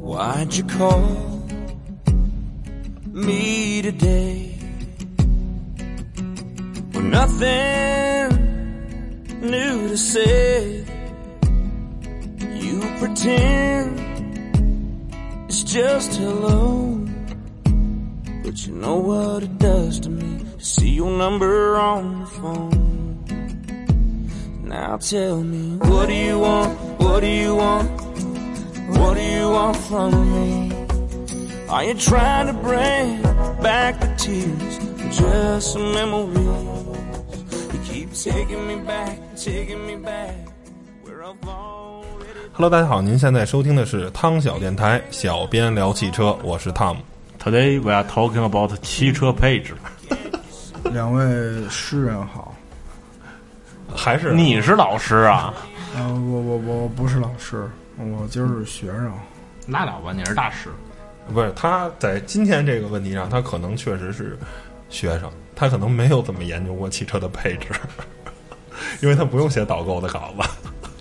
Why'd you call me today? With nothing new to say, you pretend it's just hello. But you know what it does to me to see your number on the phone. Now tell me, what do you want? What do you want? What do you want from me? Are you trying to bring back the tears? or Just some memories. You keep taking me back, taking me back. Where I've already Hello，大家好，您现在收听的是汤小电台，小编聊汽车，我是 Tom。 Today we are talking about 汽车配置。两位诗人好，还是你是老师啊？啊、我我我不是老师，我就是学生。哦那倒吧，你是大师。不是他在今天这个问题上，他可能确实是学生，他可能没有怎么研究过汽车的配置， 因为他不用写导购的稿子。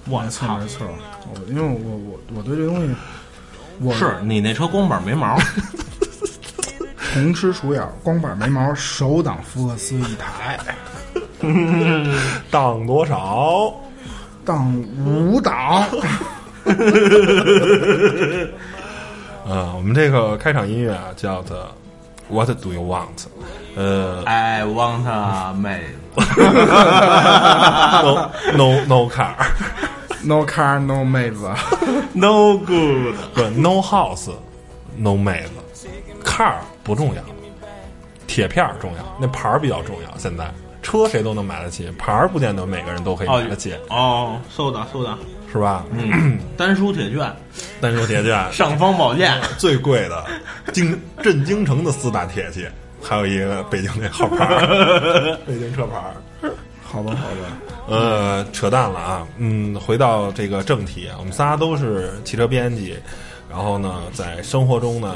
我没错操没！错，我因为我我我对这东西，我是你那车光板 没毛，同吃鼠眼，光板没毛，手挡福克斯一台，档多少？当五档。呃，我们这个开场音乐啊，叫做 What Do You Want？呃 哎，want a 妹子， ，No No No Car， No car, no 妹子。 ，no good。不，No House，No 妹子，Car 不重要，铁片儿重要，那牌儿比较重要。现在车谁都能买得起，牌儿不见得每个人都可以买得起，哦，收的收的，是吧？嗯，丹书铁券，单手铁券尚方宝 剑，最贵的，京镇京城的四大铁器，还有一个北京那号牌儿， 北京车牌儿。好吧好吧，呃，扯淡了啊。嗯，回到这个正题，我们仨都是汽车编辑，然后呢，在生活中呢，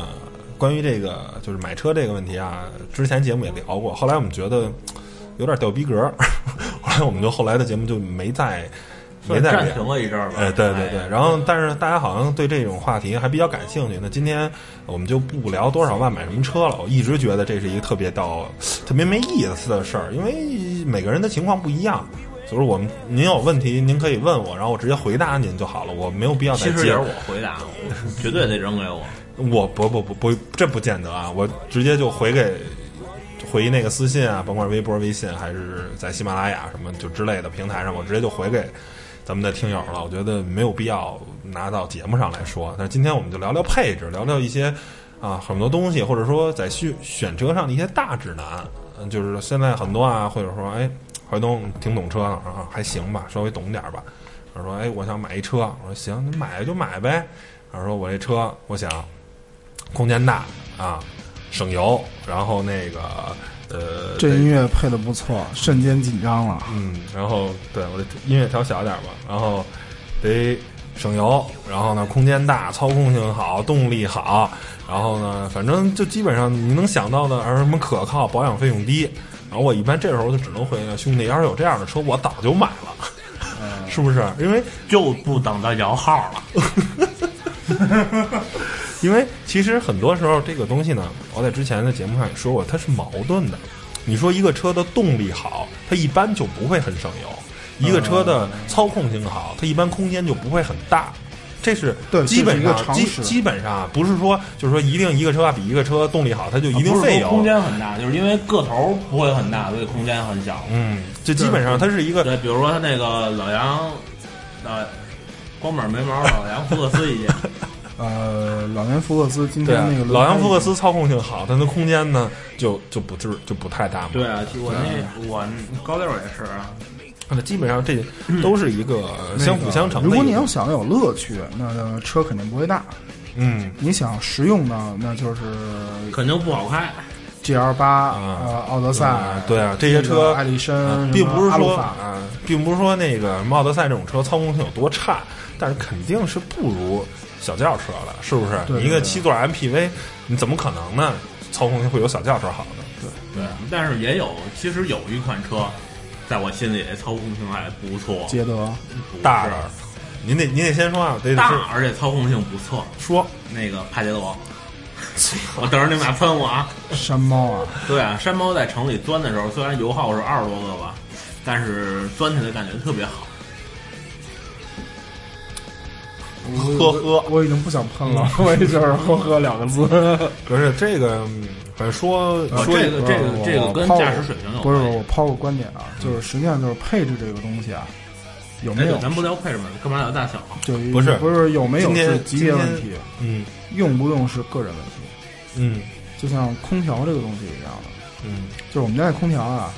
关于这个就是买车这个问题啊，之前节目也聊过，后来我们觉得有点掉逼格儿， 后来我们就后来的节目就没再没再暂聊停。了一阵儿吧。哎，对对哎对，，然后但是大家好像对这种话题还比较感兴趣。那今天我们就不聊多少万买什么车了，我一直觉得这是一个特别到特别没意思的事儿，因为每个人的情况不一样。就是我们，您有问题您可以问我，然后我直接回答您就好了，我没有必要再其实也接是。我回答，啊我绝对得扔给我。我不不不不，这不见得啊，我直接就回给回那个私信啊，甭管微博、微信还是在喜马拉雅什么就之类的平台上，我直接就回给咱们的听友了。我觉得没有必要拿到节目上来说，但是今天我们就聊聊配置，聊聊一些啊很多东西，或者说在选选车上的一些大指南。嗯，就是现在很多啊，或者说哎，怀东挺懂车的啊，还行吧，稍微懂点儿吧。他说哎，我想买一车，我说行，你买就买呗。他说我这车，我想空间大啊，省油，然后那个呃， 这音乐配的不错，瞬间紧张了。嗯，然后对我的音乐调小点儿吧，然后得省油，然后呢空间大，操控性好，动力好，然后呢，反正就基本上你能想到的，而什么可靠，保养费用低。然后我一般这时候就只能回应兄弟，要是有这样的车，我早就买了， 是不是？因为就不等到摇号了，因为其实很多时候这个东西呢，我在之前的节目上也说过，它是矛盾的。你说一个车的动力好，它一般就不会很省油；一个车的嗯操控性好，它一般空间就不会很大。这是对基本上这是一个常基识基本上啊不是说就是说一定一个车比一个车动力好，它就一定不费是说空油。间很大，就是因为个头不会很大，所以空间很小。嗯，这基本上它是一个对，比如说他那个老杨，呃，光板没毛，老杨福克斯 一件，呃，老年福克斯今对天啊那个老杨福克斯操控性好，但它空间呢就就不至就不太大嘛。嗯对啊，我那我高六也是啊，那基本上这都是一个相辅相成的嗯如一个。果你要想有乐趣，那那车肯定不会大。嗯，你想实用呢，那就是肯定不好开。 G L 八、啊呃，奥德赛啊，，对啊，这些那车个艾力绅啊什么并不是阿鲁说法啊，并不是说那个奥德赛这种车操控性有多差，但是肯定是不如小轿车了，是不是？对你一个对对七座 MPV，你怎么可能呢？操控性会有小轿车好呢？对，但是也有，其实有一款车，在我心里操控性还不错，捷德，不是大点儿，您得您得先说啊，得得大，而且操控性不错。说那个帕杰罗， 我等着你们俩喷我啊！山猫啊，对啊，山猫在城里钻的时候，虽然油耗是二十多个吧，但是钻起来感觉特别好。呵呵我已经不想喷了， 我也就是呵呵两个字。不是这个，嗯反正说啊说这个这个这个跟我抛驾驶水平有不是关系我抛个观点啊，就是实际上就是配置这个东西啊，有哎没有对，咱不聊配置嘛，干嘛聊大小？啊就不是不是有没有今天是级别问今题，嗯用不用是个人问题。嗯就像空调这个东西一样的，嗯就是我们家的空调啊，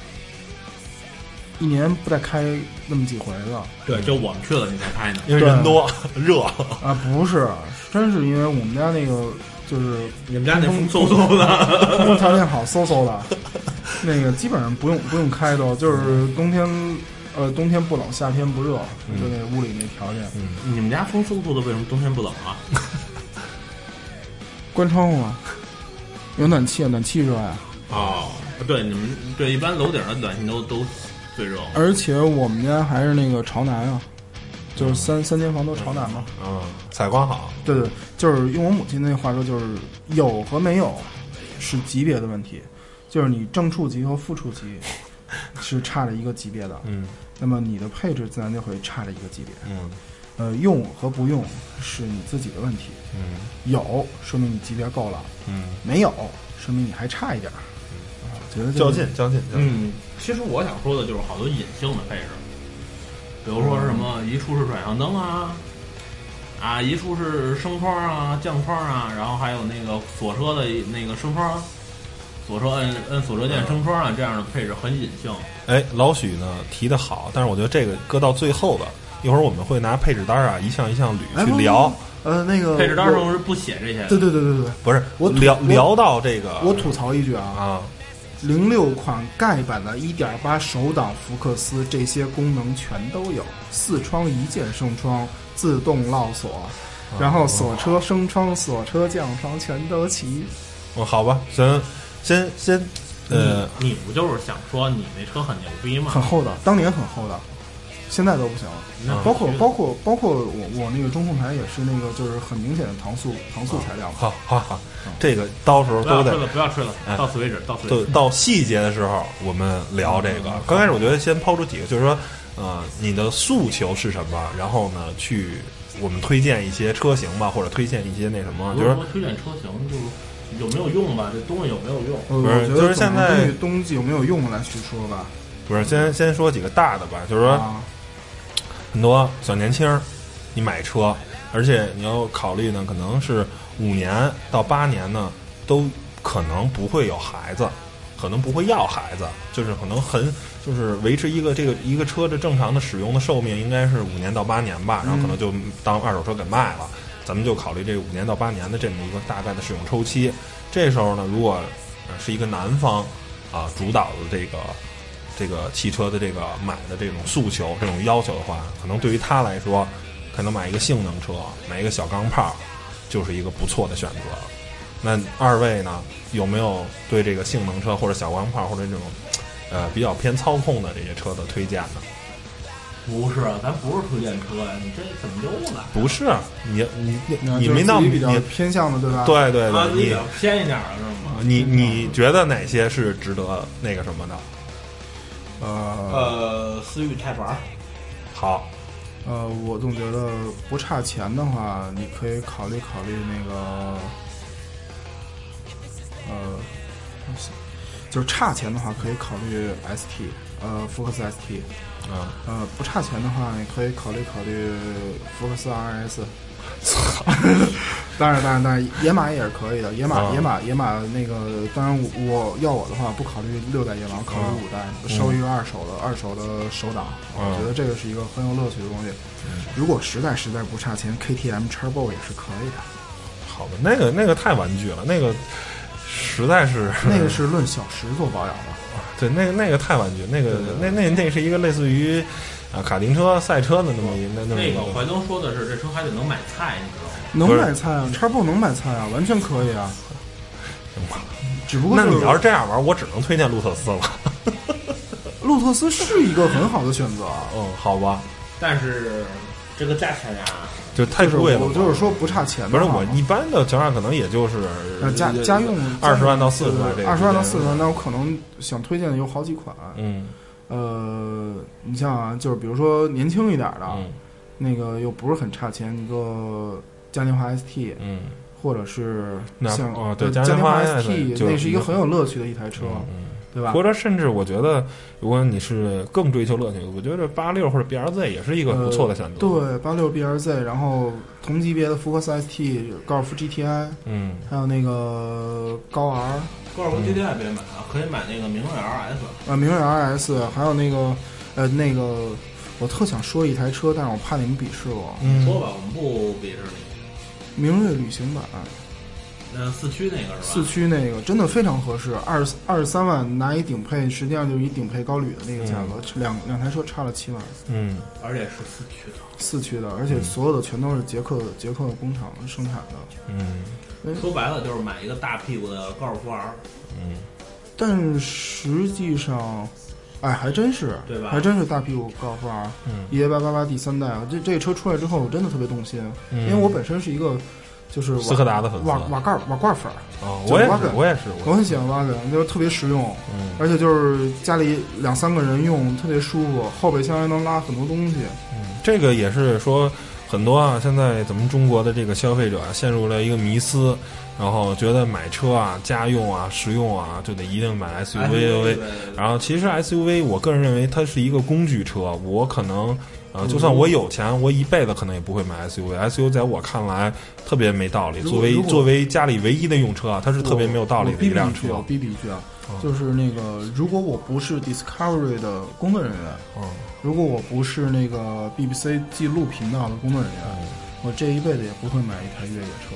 一年不带开那么几回了对，就我们去了你才开呢。因为人 多热，啊，不是，真是因为我们家那个就是你们家那风嗖嗖的，空调电好嗖嗖的，那个基本上不用不用开都，就是冬天，呃，冬天不冷，夏天不热，就那屋里那条件， 嗯你们家风嗖嗖的，为什么冬天不冷啊？关窗户啊，有暖气啊，暖气热呀、哦，对，你们对一般楼顶的暖气都都最热嘛。而且我们家还是那个朝南啊，就是三三间房都朝南嘛。嗯，采光好，对对，就是用我母亲那话说，就是有和没有是级别的问题，就是你正处级和负处级 是差了一个级别的，嗯那么你的配置自然就会差了一个级别。嗯呃，用和不用是你自己的问题，嗯有说明你级别够了，嗯，没有说明你还差一点儿。啊，觉得较就是劲较劲，较劲，嗯，其实我想说的就是好多隐性的配置，比如说什么一处是转向灯啊，啊一处是升窗啊、降窗啊，然后还有那个锁车的一那个升窗，啊锁车摁摁锁车键升窗啊，这样的配置很隐性。哎，老许呢提的好，但是我觉得这个搁到最后吧，一会儿我们会拿配置单啊一项一项捋哎去不聊，呃，那个配置当我中是不写这些对的，对对对对，不是我吐聊我聊到这个我吐槽一句啊，啊，零六款丐版的1.8手挡福克斯，这些功能全都有，四窗一键升窗，自动落啊锁，然后锁车升窗、锁车降窗全都齐。嗯，好吧，咱先先呃，嗯你不就是想说你那车很牛逼吗很？厚的，当年很厚的，现在都不行了。那啊包括必须的包括包括我我那个中控台也是那个就是很明显的搪塑搿塑材料嘛。啊好好好，这个到时候不要都得吹了，不要吹了哎，到此为止，到此为对，止。到细节的时候我们聊这个。刚开始我觉得先抛出几个，就是说，呃，你的诉求是什么？然后呢，去我们推荐一些车型吧，或者推荐一些那什么，不就是是说推荐车型，就是有没有用吧？这东西有没有用？呃，我不是觉得就是总现在根据冬季有没有用来去说吧。不是先先说几个大的吧，就是说啊，很多小年轻儿，你买车，而且你要考虑呢，可能是五年到八年呢，都可能不会有孩子，可能不会要孩子，就是可能很就是维持一个这个一个车的正常的使用的寿命应该是五年到八年吧，然后可能就当二手车给卖了。咱们就考虑这五年到八年的这么一个大概的使用周期。这时候呢，如果呃是一个南方啊、主导的这个这个汽车的这个买的这种诉求、这种要求的话，可能对于他来说，可能买一个性能车，买一个小钢炮，就是一个不错的选择。那二位呢，有没有对这个性能车或者小钢炮或者这种呃比较偏操控的这些车的推荐呢？不是，啊咱不是推荐车呀，你这怎么又来？不是你你你那你就是没那自么己你比较偏向的，对吧？对对啊，对，你你比较偏一点了是吗？你你觉得哪些是值得那个什么的？呃呃，思域泰凡，好，呃，我总觉得不差钱的话，你可以考虑考虑那个，呃，就是差钱的话可以考虑 ST，呃，福克斯 ST，嗯，呃，不差钱的话，你可以考虑考虑福克 斯 RS。当然，当然，当然，野马也是可以的。野马，啊野马，野马那个，当然我我要我的话，不考虑六代野马，考虑啊五代，收一个二手的，二手的手挡，我觉得这个是一个很有乐趣的东西。嗯如果实在实在不差钱，KTM 叉 b o 也是可以的。好吧，那个那个太玩具了，那个实在是那个是论小时做保养的，对，那个那个太玩具，那个那那那是一个类似于啊卡丁车赛车的那么一那那么那一个个怀东说的是这车还得能买菜，你知道吗？能不是买菜啊，叉 b o 能买菜啊，完全可以 啊。行吧。只不过那就你是要是这样玩，我只能推荐路特斯了。 路特斯是一个很好的选择啊，嗯，好吧，但是这个价钱呀，就太就是贵了嘛。我就是说不差钱不的是话嘛。我一般的情况下，可能也就是呃家家用20万到40万这个二十万到之四间十万，那我可能想推荐的有好几款。嗯呃，你像啊，就是比如说年轻一点的，嗯那个又不是很差钱，一个嘉年华 ST，嗯，或者是那像哦对呃嘉嘉年华华 ST ST，就那是一个很有乐趣的一台车，嗯对吧或？者甚至我觉得，如果你是更追求乐趣，我觉得八六或者 BRZ 也是一个不错的选择。，呃对，八六 BRZ，然后同级别的福克斯 ST、高尔夫 GTI，嗯，还有那个高 R，高尔夫 GTI 别买啊，可以买那个明锐 RS。呃，明锐 RS，还有那个呃那个，我特想说一台车，但是我怕你们鄙视我，嗯说吧，我们不鄙视你。明锐旅行版。那四驱那个是吧？四驱那个真的非常合适，二十二十三万拿一顶配，实际上就是一顶配高旅的那个价格，两两台车差了七万。嗯而且是四驱的。四驱的，而且所有的全都是捷克捷克工厂生产的，嗯说白了就是买一个大屁股的高尔夫 R，但实际上，哎，还真是，对吧还真是大屁股高尔夫 R，嗯一 A 八八八第三代啊，这这车出来之后，我真的特别动心，嗯因为我本身是一个就是瓦斯柯达的粉丝瓦瓦盖瓦罐粉儿，啊，就我也挖是个，我也是，我我很喜欢挖人，就是特别实用，嗯而且就是家里两三个人用特别舒服，后备箱还能拉很多东西。这个也是说很多啊，现在咱们中国的这个消费者啊，陷入了一个迷思，然后觉得买车啊、家用啊、实用啊，就得一定哎买哎 SUV。然后其实 SUV，我个人认为它是一个工具车，我可能。呃，就算我有钱，我一辈子可能也不会买 SUV。SUV 在我看来特别没道理。如作果为如果作为家里唯一的用车啊，它是特别我没有道理我的一逼逼辆一句车嗯啊，。逼逼一句啊，就是那个，如果我不是 Discovery 的工作人员，嗯，如果我不是那个 BBC 记录频道的工作人员，嗯我这一辈子也不会买一台越野车，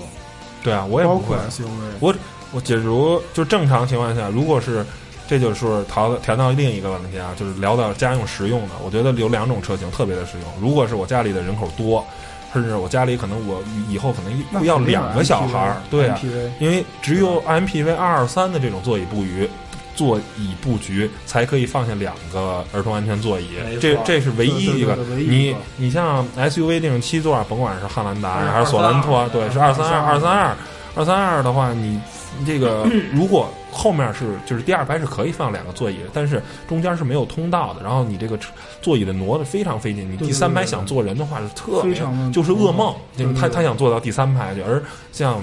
对啊，我也包不会括。SUV。我我假如就正常情况下，如果是这就是淘到谈到另一个问题啊，就是聊到家用实用的，我觉得有两种车型特别的实用。如果是我家里的人口多，甚至我家里可能我以后可那能肯要定啊两个有小 MPV 孩儿，对啊， ，MPV 因为只有 MPV 二二三的这种座椅布局。座椅布局才可以放下两个儿童安全座椅没，错这这是唯一一个对对对。唯一一你个你像 SUV 这种七座啊，甭管是汉兰达嗯还是索兰托， 232对，是二三二二232三二二三二的话，你这个如果后面是就是第二排是可以放两个座椅的，但是中间是没有通道的，然后你这个车座椅的挪的非常费劲。你对第三排对对想坐人的话是特别非常的就是噩梦，对就是他对对他想坐到第三排去，而像。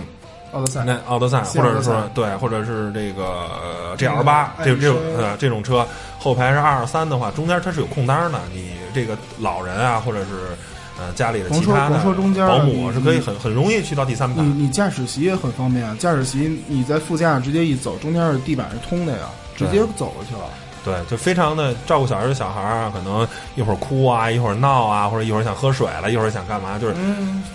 奥德赛，那奥德赛，或像者奥德赛说对，或者是这个呃 G 那 L 个八这这种爱迪生呃这种车，后排是二二三的话，中间它是有空档的，你这个老人啊，或者是呃家里的甭其说他的甭说中间了保姆你是可以你很很容易去到第三排你。你驾驶席也很方便啊，驾驶席你在副驾直接一走，中间是地板是通的呀，直接走过去了。对，就非常的照顾小孩儿的小孩儿啊，可能一会儿哭啊，一会儿闹啊，或者一会儿想喝水了，一会儿想干嘛，就是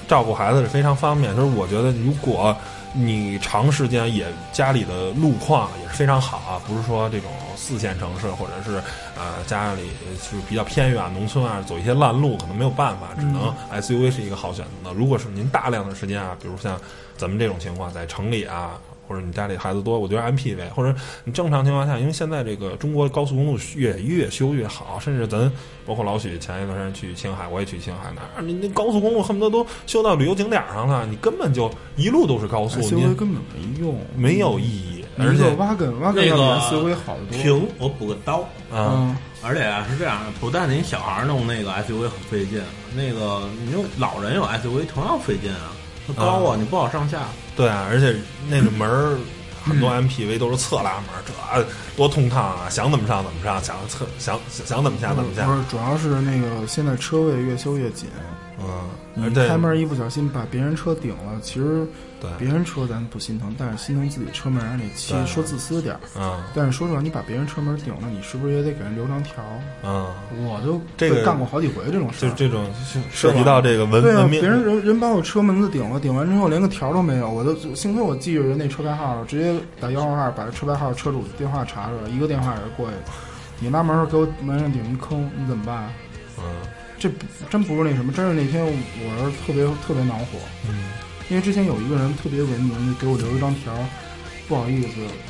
照顾孩子是非常方便。就是我觉得，如果你长时间也家里的路况也是非常好啊，不是说这种四线城市或者是呃家里是比较偏远啊、农村啊，走一些烂路可能没有办法，只能哎 SUV 是一个好选择。如果是您大量的时间啊，比如像咱们这种情况，在城里啊，或者你家里孩子多，我觉得 MPV，或者你正常情况下，因为现在这个中国高速公路越越修越好，甚至咱包括老许前一段时间去青海，我也去青海那儿，你那高速公路恨不得都修到旅游景点儿上了，你根本就一路都是高速， SUV 你根本没用，没有意义，你而嗯一且个 wagon wagon 要比那个 SUV 好得多。停，我补个刀。啊，嗯，而且啊是这样，不但您小孩弄那个 SUV 很费劲，那个你有老人有 SUV 同样费劲啊，它高嗯啊，你不好上下。对啊，而且那个门儿。很嗯多 MPV 都是侧拉门儿，这多通畅啊！想怎么上怎么上，想侧想想想怎么下怎么下不。是，主要是那个现在车位越修越紧，嗯，而你对开门一不小心把别人车顶了，其实对，别人车咱不心疼，但是心疼自己车门让你气对，说自私点儿。嗯但是说实话，你把别人车门顶了，你是不是也得给人留张条？嗯，我就这个被干过好几回这种事就儿。啊这种涉及到这个文对啊，文明，别人人人把我车门子顶了，顶完之后连个条都没有，我都幸亏我记着人那车牌号，直接打幺二二把车牌号、车主电话查出来，一个电话也过去了。你拉门儿给我门上顶一坑，你怎么办啊？嗯这不真不是那什么，真是那天我是特别特别恼火，嗯因为之前有一个人特别文明，就给我留一张条儿，不好意思，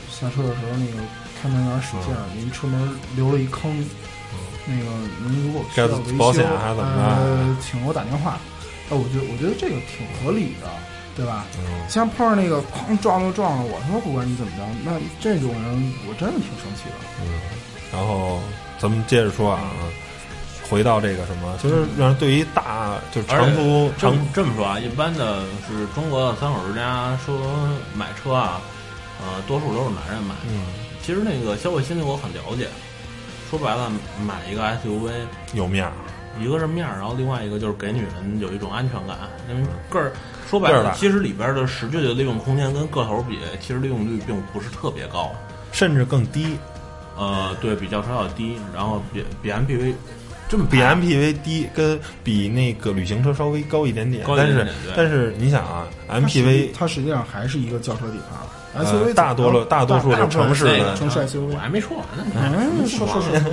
下车的时候那个开门有点使劲儿，您车门留了一坑，那个您如果需该要怎么维修，保险啊怎么着啊呃，请给我打电话。哎，我觉得我觉得这个挺合理的，对吧？嗯，像碰上那个哐撞就撞了我，说不管你怎么着，那这种人我真的挺生气的。然后咱们接着说啊，回到这个什么，就是让人对于大就是长途这长么这么说啊，一般的是中国的三口之家说买车啊，呃，多数都是男人买。嗯其实那个消费心理我很了解，说白了，买一个 SUV，有面儿，一个是面儿，然后另外一个就是给女人有一种安全感，因为个儿说嗯白个儿了大，其实里边的实际的利用空间跟个头比，其实利用率并不是特别高。甚至更低，呃，对比轿车要低，然后比比 MPV 这么比啊 MPV 低，跟比那个旅行车稍微高一点点，高一但点是点对但是你想啊它实际，MPV 它实际上还是一个轿车底盘呃，SUV 大多了大大多数是城市那的个城市 SUV 我还没说完呢。嗯，说说说说，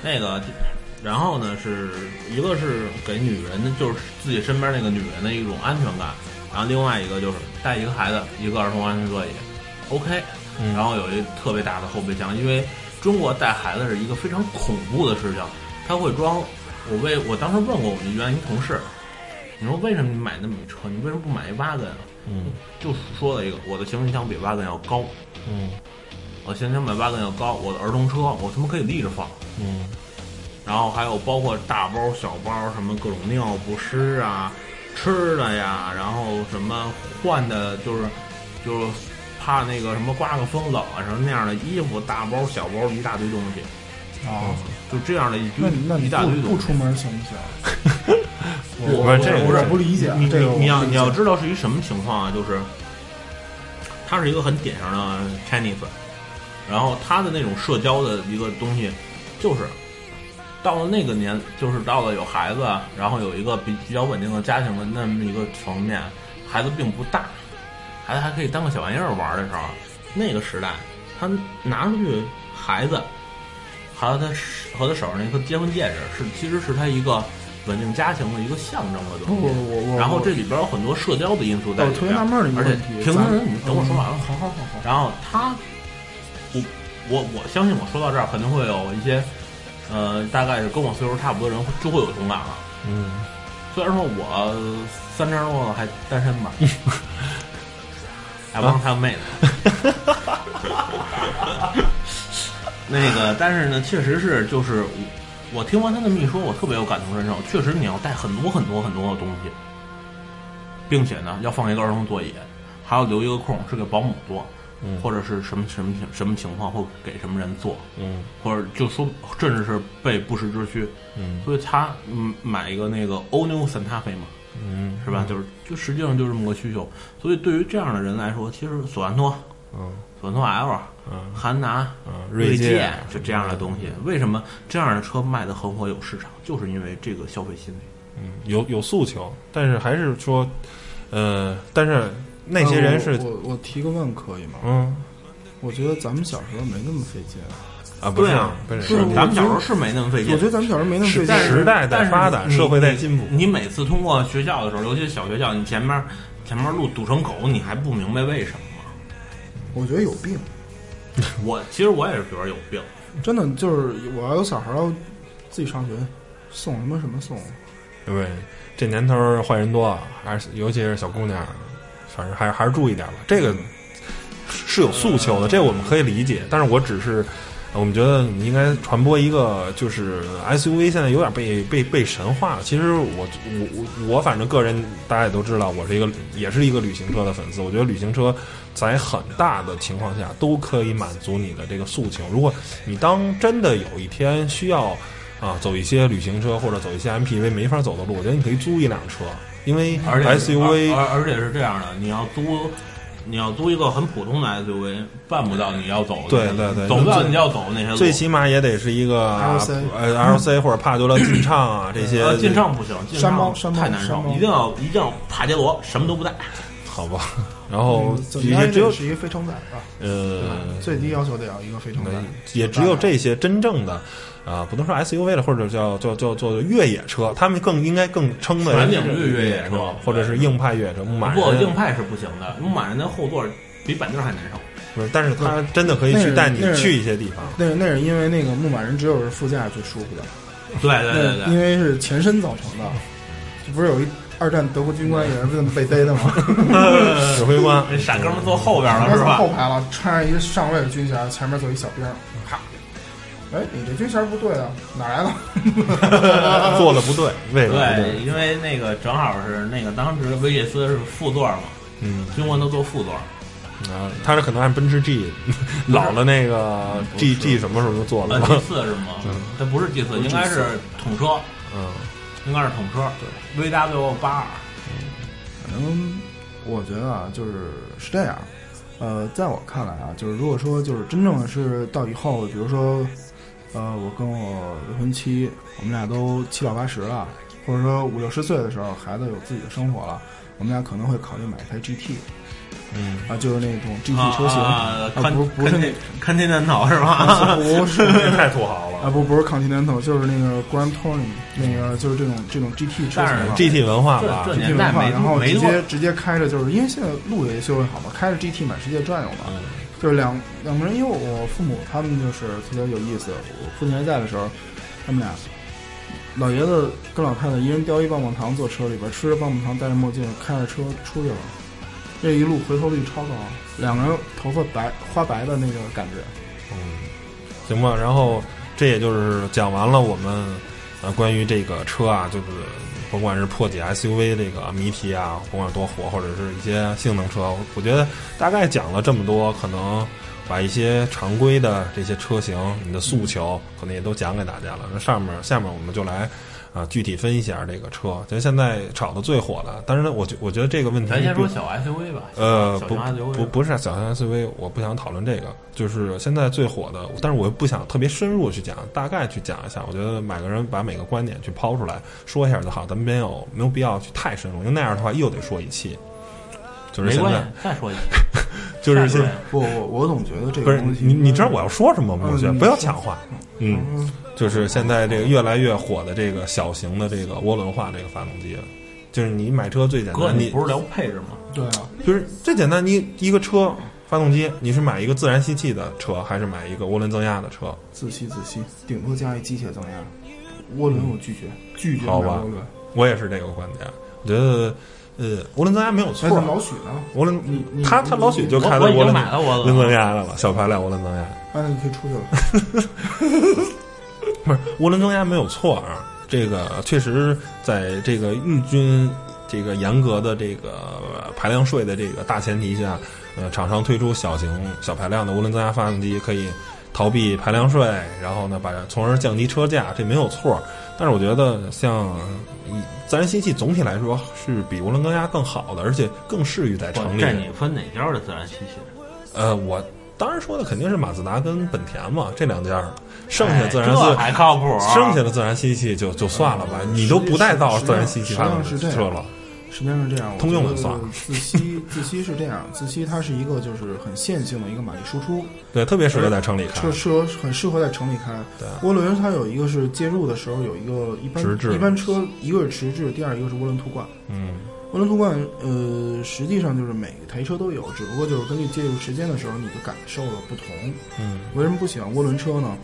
那个，然后呢，是一个是给女人的，就是自己身边那个女人的一种安全感，然后另外一个就是带一个孩子，一个儿童安全座椅，OK，嗯然后有一特别大的后备箱，因为中国带孩子是一个非常恐怖的事情，他会装，我为我当时问过我们原来一同事，你说为什么你买那么一车，你为什么不买一八根啊？嗯就说了一个，我的行李箱比八根要高，嗯我行李箱比八根要高，我的儿童车我他妈可以立着放。嗯，然后还有包括大包小包，什么各种尿不湿啊、吃的呀，然后什么换的，就是就是怕那个什么刮个风冷啊什么那样的衣服，大包小包一大堆东西，啊，就这样的一那堆你那你一大堆不东不西。出门行不行？我我这个我不理解你这你个我你要不理解你要知道是一什么情况啊？就是他是一个很典型的 Chinese，然后他的那种社交的一个东西，就是到了那个年，就是到了有孩子，啊然后有一个比比较稳定的家庭的那么一个层面，孩子并不大，孩子还可以当个小玩意儿玩的时候，那个时代，他拿出去孩子，还有他手和他手上那颗结婚戒指，是其实是他一个稳定家庭的一个象征的不东不西。我我然后这里边有很多社交的因素在我里特别边纳闷儿一个而且问题，平咱常人，你等我说完了嗯。好好好好。然后他，我我我相信我说到这儿肯定会有一些，呃，大概是跟我岁数差不多的人就会有同感了。嗯，虽然说我三十多了还单身吧，还啊帮他妹子。 那个，但是呢，确实是就是我我听完他那么一说，我特别有感同身受。确实，你要带很多很多很多的东西，并且呢，要放一个儿童座椅，还要留一个空是给保姆坐，嗯或者是什么什么情什么情况会给什么人坐，嗯或者就说甚至是被不时之需。嗯所以他嗯买一个那个欧牛 Santa Fe 嘛，嗯，是吧？就是就实际上就这么个需求。所以对于这样的人来说，其实索兰托、嗯索兰托 L、嗯汉拿、嗯，锐界就这样的东西，为什么这样的车卖的很火有市场？就是因为这个消费心理。嗯，有有诉求，但是还是说，呃，但是那啊些人是呃，我我我提个问可以吗？嗯我觉得咱们小时候没那么费劲，啊，不是啊，不是是，咱们小时候是没那么费劲我觉。得咱们小时候没那么费劲啊但。是时代在发展但是你社会在进步你你每次通过学校的时候，尤其是小学校，你前面前面路堵成狗，你还不明白为什么吗？我觉得有病，我其实我也是觉得有病。真的就是我要有小孩儿要自己上学，送什么什么送，对不对？这年头儿坏人多啊，还是尤其是小姑娘，反正还是还是注意点吧。这嗯个是有诉求的，这个我们可以理解。但是我只是，呃我们觉得你应该传播一个，就是 SUV 现在有点被被被神化了。其实我我我我反正个人，大家也都知道，我是一个也是一个旅行车的粉丝。我觉得旅行车在很大的情况下都可以满足你的这个诉求。如果你当真的有一天需要。啊，走一些旅行车或者走一些 MPV 没法走的路，我觉得你可以租一辆车，因为而且是啊 SUV 而而而且是这样的，你要租，你要租一个很普通的 SUV，办不到你要走的，对对对走不到你要走的那些路。最起码也得是一个 LC 呃 LC 或者帕杰罗劲畅啊这些呃，进账不行，进山账猫山猫太难山受，猫一定要一定要帕杰罗，什么都不带。好吧， 然后嗯怎么也样哦只也有是一个非承载吧，呃最低要求得要一个非承载。也只有这些真正的。啊，不能说 SUV 了，或者叫叫叫做越野车，他们更应该更称的全是领域越野车或者是硬派越野车，牧马不过人啊 硬派是不行的，牧马人的后座比板凳还难受。不是，但是它真的可以去带你去一些地方。那那是因为那个牧马人只有是副驾最舒服的，对对对那对因对，为是前身造成的。这不是有一二战德国军官也是这么被逮的吗？指挥 官，那傻哥们坐后边嗯了他啊是从吧后？排了，穿着一个上尉的军衔，前面坐一小兵，啪！哎，你这军衔不对啊，哪来的？做的不对，位置不对，对，因为那个正好是那个当时威利斯是副座嘛，嗯，军官都坐副座，啊，他是可能按奔驰 G 老的那个 G 不是 G 什么时候做呃了？ ，G 四是吗？这不是 G 四，应该是统车，嗯，应该是统车，对，VW 八二，反正我觉得啊，就是是这样。呃，在我看来啊，就是如果说就是真正的是到以后，比如说，呃，我跟我未婚妻，我们俩都七老八十了，或者说五六十岁的时候，孩子有自己的生活了，我们俩可能会考虑买一台 GT，嗯啊，就是那种 GT 啊车型，啊啊不不是那嗯啊看天难逃是吧？不是这 太土豪啊，了不不是 Continental，就是那个 Grand Touring，那个就是这种这种 GT 车型啊嘛但是，GT 文化吧这，这这年文代化，没然后没直多接直接开着，就是因为现在路也修得好嘛，开着 GT 满世界转悠嘛，嗯就是两两个人，因为我父母他们就是特别有意思，我父亲还在的时候，他们俩老爷子跟老太太一人叼一棒棒糖坐车里边，吃着棒棒糖，戴着墨镜，开着车出去了，这一路回头率超高，两个人头发白花白的那个感觉。嗯行吧。然后这也就是讲完了我们呃关于这个车啊，就是甭管是破解 SUV 这个谜题啊，甭管多火，或者是一些性能车，我觉得大概讲了这么多，可能。把一些常规的这些车型，你的诉求可能也都讲给大家了。那上面下面我们就来啊具体分析一下这个车，其实现在炒的最火的，但是呢，我觉我觉得这个问题咱先并说小 SUV 吧，呃，小不型 SUV 不不是小型 SUV，我不想讨论这个，就是现在最火的，但是我又不想特别深入去讲，大概去讲一下。我觉得每个人把每个观点去抛出来说一下就好，咱们没有没有必要去太深入，因为那样的话又得说一期。就是没现关在系，，再说一遍， 就是现再说一在遍不，我我总觉得这不个是东西你，你知道我要说什么吗？嗯我觉得你不要抢话。嗯，就是现在这个越来越火的这个小型的这个涡轮化这个发动机，就是你买车最简哥，单，你你不是聊配置吗？对啊，就是最简单，你一个车发动机，你是买一个自然吸气的车，还是买一个涡轮增压的车？自吸自吸，顶多加一机械增压。涡轮我拒绝，拒绝嗯买好吧涡轮。我也是这个观点，我觉得，呃，涡轮增压没有错哎那。咱老许呢？涡轮你你，他他老许就我开的我已涡经轮买了我涡轮增压的了，小排量涡轮增压，啊，那你可以出去了。不是涡轮增压没有错啊。这个确实在这个日均这个严格的这个排量税的这个大前提下，呃，厂商推出小型小排量的涡轮增压发动机，可以逃避排量税，然后呢，把从而降低车价，这没有错。但是我觉得像以自然吸气总体来说是比涡轮增压更好的，而且更适于在城不里。这你分哪家的自然吸气？呃，我当然说的肯定是马自达跟本田嘛，这两家儿，剩下自然哎自、这还靠谱，剩下的自然吸气就就算了吧，你都不带造自然吸气发动实机际上车了，实际上是这样，我通用的觉得算了自吸 自吸是这样，自吸它是一个就是很线性的一个马力输出，对，特别适合在城里开车。适合很适合在城里开。对涡轮它有一个是介入的时候有一个一般迟滞一般车一个是迟滞，第二一个是涡轮突冠。嗯，涡轮突冠呃实际上就是每台车都有，只不过就是根据介入时间的时候你的感受的不同。嗯，为什么不喜欢涡轮车呢？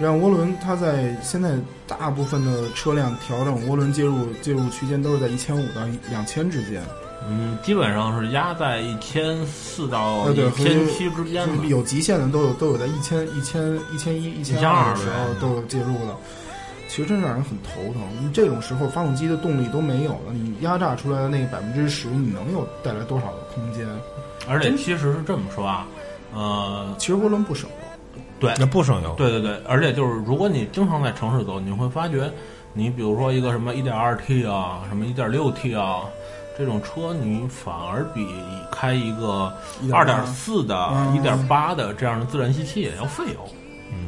让涡轮它在现在大部分的车辆调整涡轮介入介入区间都是在一千五到两千之间。嗯，基本上是压在一千四到啊对一和千七之间就是的。有极限的都有都有在一千一千一千一一千二的时候1200都有介入的，其实真让人很头疼。你这种时候发动机的动力都没有了，你压榨出来的那百分之十，你能有带来多少的空间？而且其实是这么说啊，呃，其实涡轮不省油，对那不省油。对对对，而且就是如果你经常在城市走，你会发觉，你比如说一个什么一点二 T 啊，什么一点六 T 啊。这种车你反而比开一个二点四的、嗯一点八的这样的自然吸气要费油。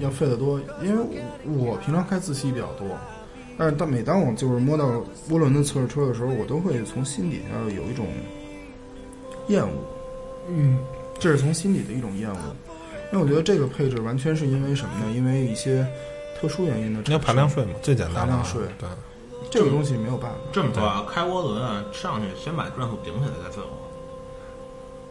要费得多。因为我我平常开自吸比较多，但是当每当我就是摸到涡轮的测试车的时候，我都会从心底下有一种厌恶。嗯，这是从心底的一种厌恶。因为我觉得这个配置完全是因为什么呢？因为一些特殊原因的产那生。排量税嘛，最简单的啊排量税对，这个东西没有办法。这么说啊，开涡轮啊，上去先把转速顶起来再费油。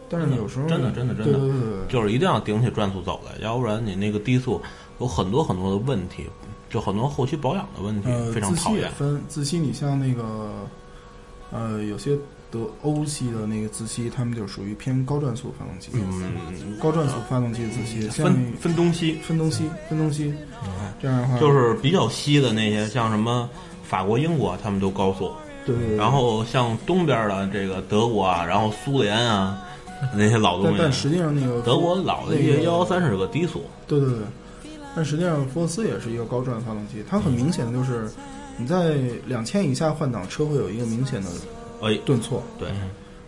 但是有时候真的真的真的对对对对对，就是一定要顶起转速走来，要不然你那个低速有很多很多的问题，就很多后期保养的问题，呃，非常自讨吸也厌。分自吸，你像那个呃有些德欧系的那个自吸，他们就属于偏高转速发动机，嗯，高转速发动机的自吸，像分分东西分东西分东西，这样的话嗯就是比较稀的那些，像什么法国、英国，他们都高速。对对对，然后像东边的这个德国啊，然后苏联啊，那些老东但但西，实际上那个德国老的一那些个幺幺三是个低速，对对对，但实际上福克斯也是一个高转发动机，它很明显的就是你在两千以下换挡，车会有一个明显的哎，顿挫。对，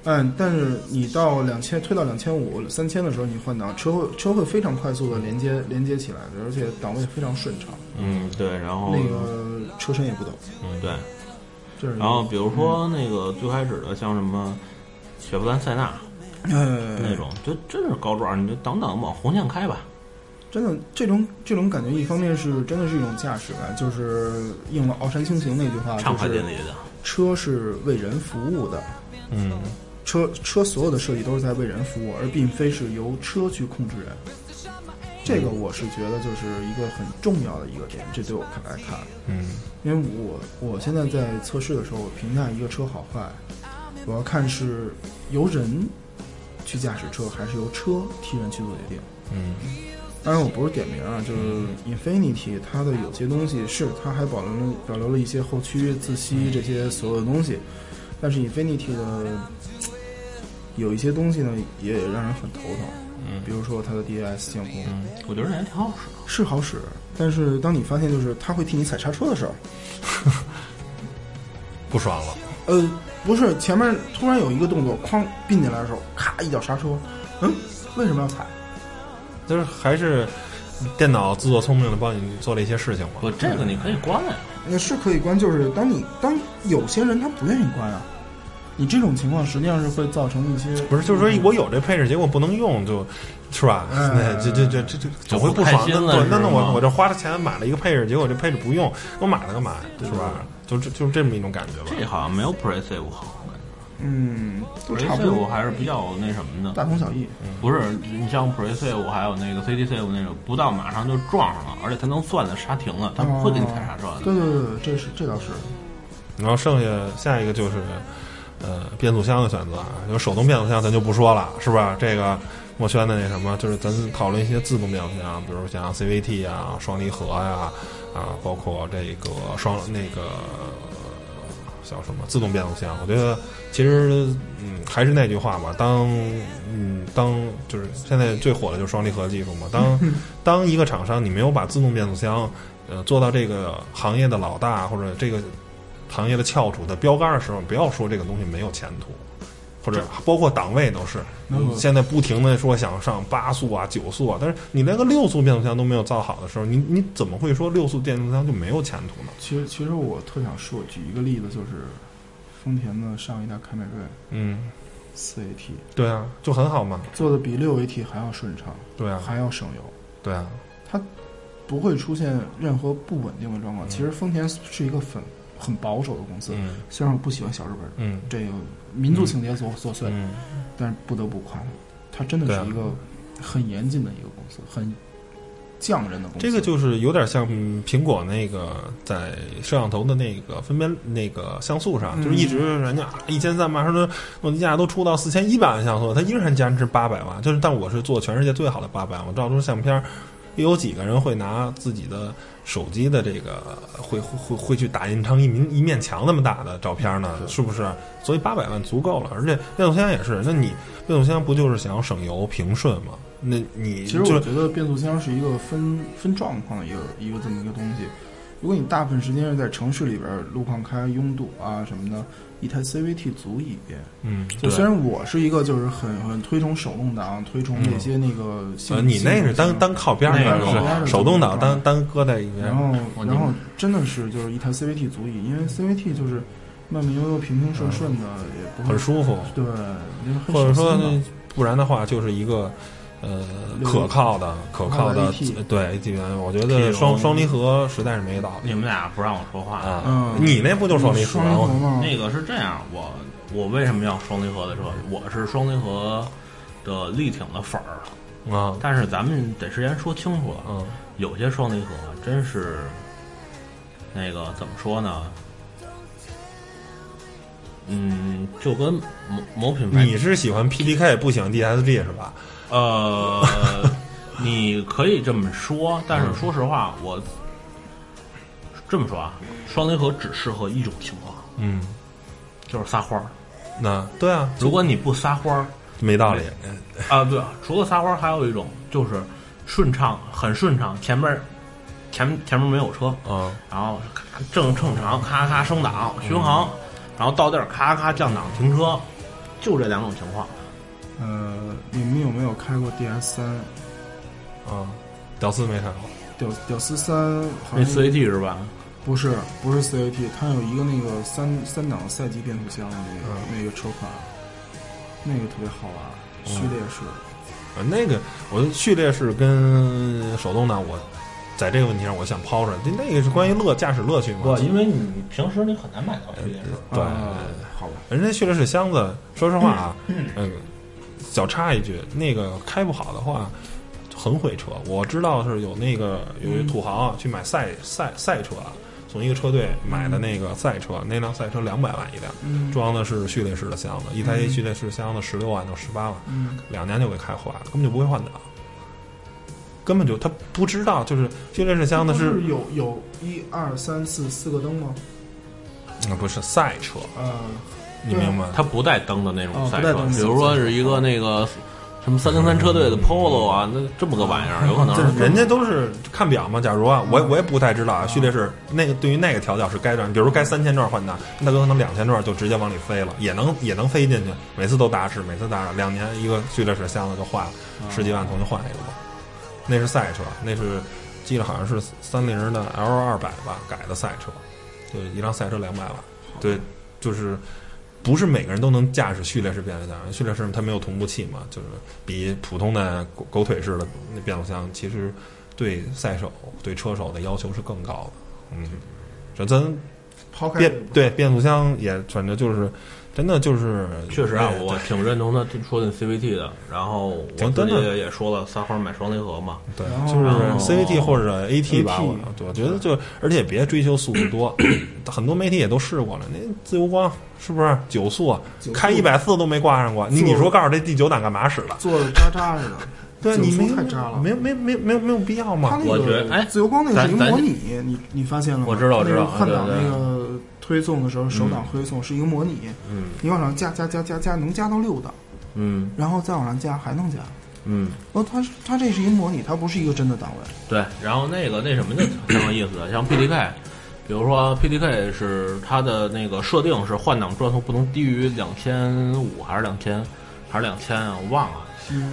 嗯，但是你到两千推到两千五、三千的时候，你换挡，车会车会非常快速的连接连接起来的，而且档位非常顺畅，嗯对，然后那个车身也不抖。嗯对，这是一个然后比如说那个最开始的像什么雪佛兰塞纳呃那种，就真是高转，你就挡挡往红线开吧，真的这种这种感觉，一方面是真的是一种驾驶感，就是应了《傲山轻行》那句话，畅快啊就淋是漓的，车是为人服务的。嗯，车车所有的设计都是在为人服务，而并非是由车去控制人。这个我是觉得就是一个很重要的一个点，这对我看来看，嗯，因为我我现在在测试的时候，我评价一个车好坏，我要看是由人去驾驶车，还是由车替人去做决定。嗯，当然我不是点名啊，就是 Infinity 它的有些东西是它还保留了保留了一些后驱、自嗯吸这些所有的东西，但是 Infinity 的有一些东西呢也让人很头疼，嗯比如说它的 DAS 监控、嗯，我觉得那也挺好使的，是好使，但是当你发现就是它会替你踩刹车的时候，不爽了，呃，不是前面突然有一个动作哐并进来的时候，咔一脚刹车，嗯，为什么要踩？就是还是电脑自作聪明的帮你做了一些事情嘛。不，这个你可以关呀、那是可以关，就是当你当有些人他不愿意关啊，你这种情况实际上是会造成一些不是，就是说我有这配置，结果不能用，就是吧？嗯那这这这这这总会不就不爽开。那心了对，那是那吗我我这花了钱买了一个配置，结果这配置不用，我买了干嘛？是吧？就这就是这么一种感觉吧。这好像没有 Pre-Save 好，嗯，都差不 Pre-Save 多，还是比较那什么的，大同小异。不是，你像普锐 C 五还有那个 CT C 五那种，不到马上就撞上了，而且它能算的刹停了，它不会给你踩刹车啊的。啊对对对对，这是这倒是，然后剩下下一个就是，呃，变速箱的选择啊，有手动变速箱咱就不说了，是吧？这个墨轩的那什么，就是咱讨论一些自动变速箱，比如像 CVT 啊、双离合呀、啊，包括这个双那个呃叫什么自动变速箱。我觉得其实，嗯，还是那句话吧，当嗯当就是现在最火的就是双离合技术嘛，当当一个厂商你没有把自动变速箱。呃，做到这个行业的老大或者这个行业的翘楚的标杆的时候，不要说这个东西没有前途，或者包括档位都是。嗯现在不停的说想上八速啊、九速啊，但是你连个六速变速箱都没有造好的时候，你你怎么会说六速变速箱就没有前途呢？其实其实我特想说，举一个例子，就是丰田的上一代凯美瑞嗯，四 AT 对啊，就很好嘛，做的比六 AT 还要顺畅，对啊，还要省油，对啊，不会出现任何不稳定的状况。其实丰田是一个很很保守的公司，嗯虽然我不喜欢小日本嗯这个民族情节作作祟，嗯，但是不得不夸他，他真的对啊是一个很严谨的一个公司，很匠人的公司。这个就是有点像嗯苹果那个在摄像头的那个分辨那个像素嗯上，就是一直人家一千三百万，说诺基亚都出到四千一百万像素，它依然坚持八百万。就是，但我是做全世界最好的八百万，我照出相片儿，又有几个人会拿自己的手机的这个会会会会去打印成一面一面墙那么大的照片呢？是不是？所以八百万足够了，而且变速箱也是。那你变速箱不就是想要省油平顺吗？那你其实就我觉得变速箱是一个分分状况的一个一个这么一个东西。如果你大部分时间是在城市里边儿，路况开、拥堵啊什么的，一台 CVT 足以。嗯，就对。虽然我是一个就是很很推崇手动挡，推崇那些那个性、呃，你那是性单能单靠边儿那那个个靠边儿的是手动挡，自动单单搁在一边然。后，我然后真的是就是一台 CVT 足以，因为 CVT 就是慢慢悠悠、平平顺顺的，嗯也不会很舒服，对，就是很或者说省心嘛不然的话就是一个呃六可靠的可靠的 AT 对 A T 元，我觉这得种双双离合实在是没道理你们俩不让我说话，啊。嗯你那不就双离合双离合吗？嘛，那个是这样，我我为什么要双离合的车？我是双离合的力挺的粉儿，啊，但是咱们得事先说清楚了，嗯有些双离合真是那个怎么说呢？嗯，就跟某某品牌你是喜欢 PDK 不喜欢 DSG 是吧？ 呃，你可以这么说，但嗯是说实话，我这么说啊，双离合只适合一种情况，嗯，就是撒欢儿。那对啊，如果你不撒欢儿没道理。啊，对啊，除了撒欢儿，还有一种就是顺畅，很顺畅，前面儿前前面没有车，嗯，然后咔正正常，咔咔升档巡航，然后到地儿咔咔降档停车，就这两种情况。呃，你们有没有开过 DS 三？啊，屌丝没看过。屌屌丝三好那像 CAT 是吧？不是不是 CVT，它有一个那个三三档赛级变速箱的那个、嗯那个车款，那个特别好玩，序列式。啊，那个我的序列式跟手动挡，我在这个问题上我想抛出来，那个是关于乐驾驶乐趣嘛。不，因为你平时你很难买到这件事。对，啊好吧，人家序列式箱子，说实话啊，嗯，小插一句，那个开不好的话。很毁车，我知道是有那个有一土豪啊去买赛嗯赛赛车啊，从一个车队买的那个赛车，那辆赛车两百万一辆，嗯装的是序列式的箱子，一台序列式箱子十六万到十八万，嗯，两年就给开坏了，根本就不会换挡，啊根本就他不知道，就是序列式箱子不是有有一二三四四个灯吗？嗯不是赛车，呃，你明白？它不带灯的那种哦赛不车，带灯的比如说是一个那个什么三零三车队的 Polo 啊，那这么个玩意儿，有可能就是是人家都是看表嘛。假如啊，我我也不太知道啊，序列式那个对于那个调教是该转，比如该三千转换挡，那有可能两千转就直接往里飞了，也能也能飞进去，每次都打齿，每次打齿，两年一个序列式箱子就坏了，十几万重新换一个吧。那是赛车，那是记得好像是三菱的 L 二百吧改的赛车，对，一辆赛车两百万，对，就是。不是每个人都能驾驶序列式变速箱，序列式它没有同步器嘛，就是比普通的狗狗腿式的那变速箱，其实对赛手、对车手的要求是更高的。嗯，这咱抛开变这个对变速箱也，反正就是真的就是确实啊哎，我挺认同他说的 CVT 的。然后我挺自真的己也说了，撒欢买双离合嘛，对然，后就是然后 CVT 或者 AT 吧， AT 我我觉得就而且别追求速度多， 很多媒体也都试过了，那自由光是不是九速啊九速开一百四都没挂上过？你速你说告诉这第九档干嘛使的？做的渣渣似的， 对啊九你速没太渣了没没没没有没有必要它嘛那？我个觉得哎自由光那个咱是一个咱模拟，你你发现了吗？我知道我它知那个道换挡对对那个推送的时候，手挡推送是一个模拟，嗯你往上加加加加加，能加到六档，嗯然后再往上加还能加。嗯，哦，它是它这是一个模拟，它不是一个真的档位。对。然后那个那什么就挺有意思的，像 PDK。比如说 PDK 是它的那个设定是换挡转速不能低于两千五还是两千还是两千啊，我忘了。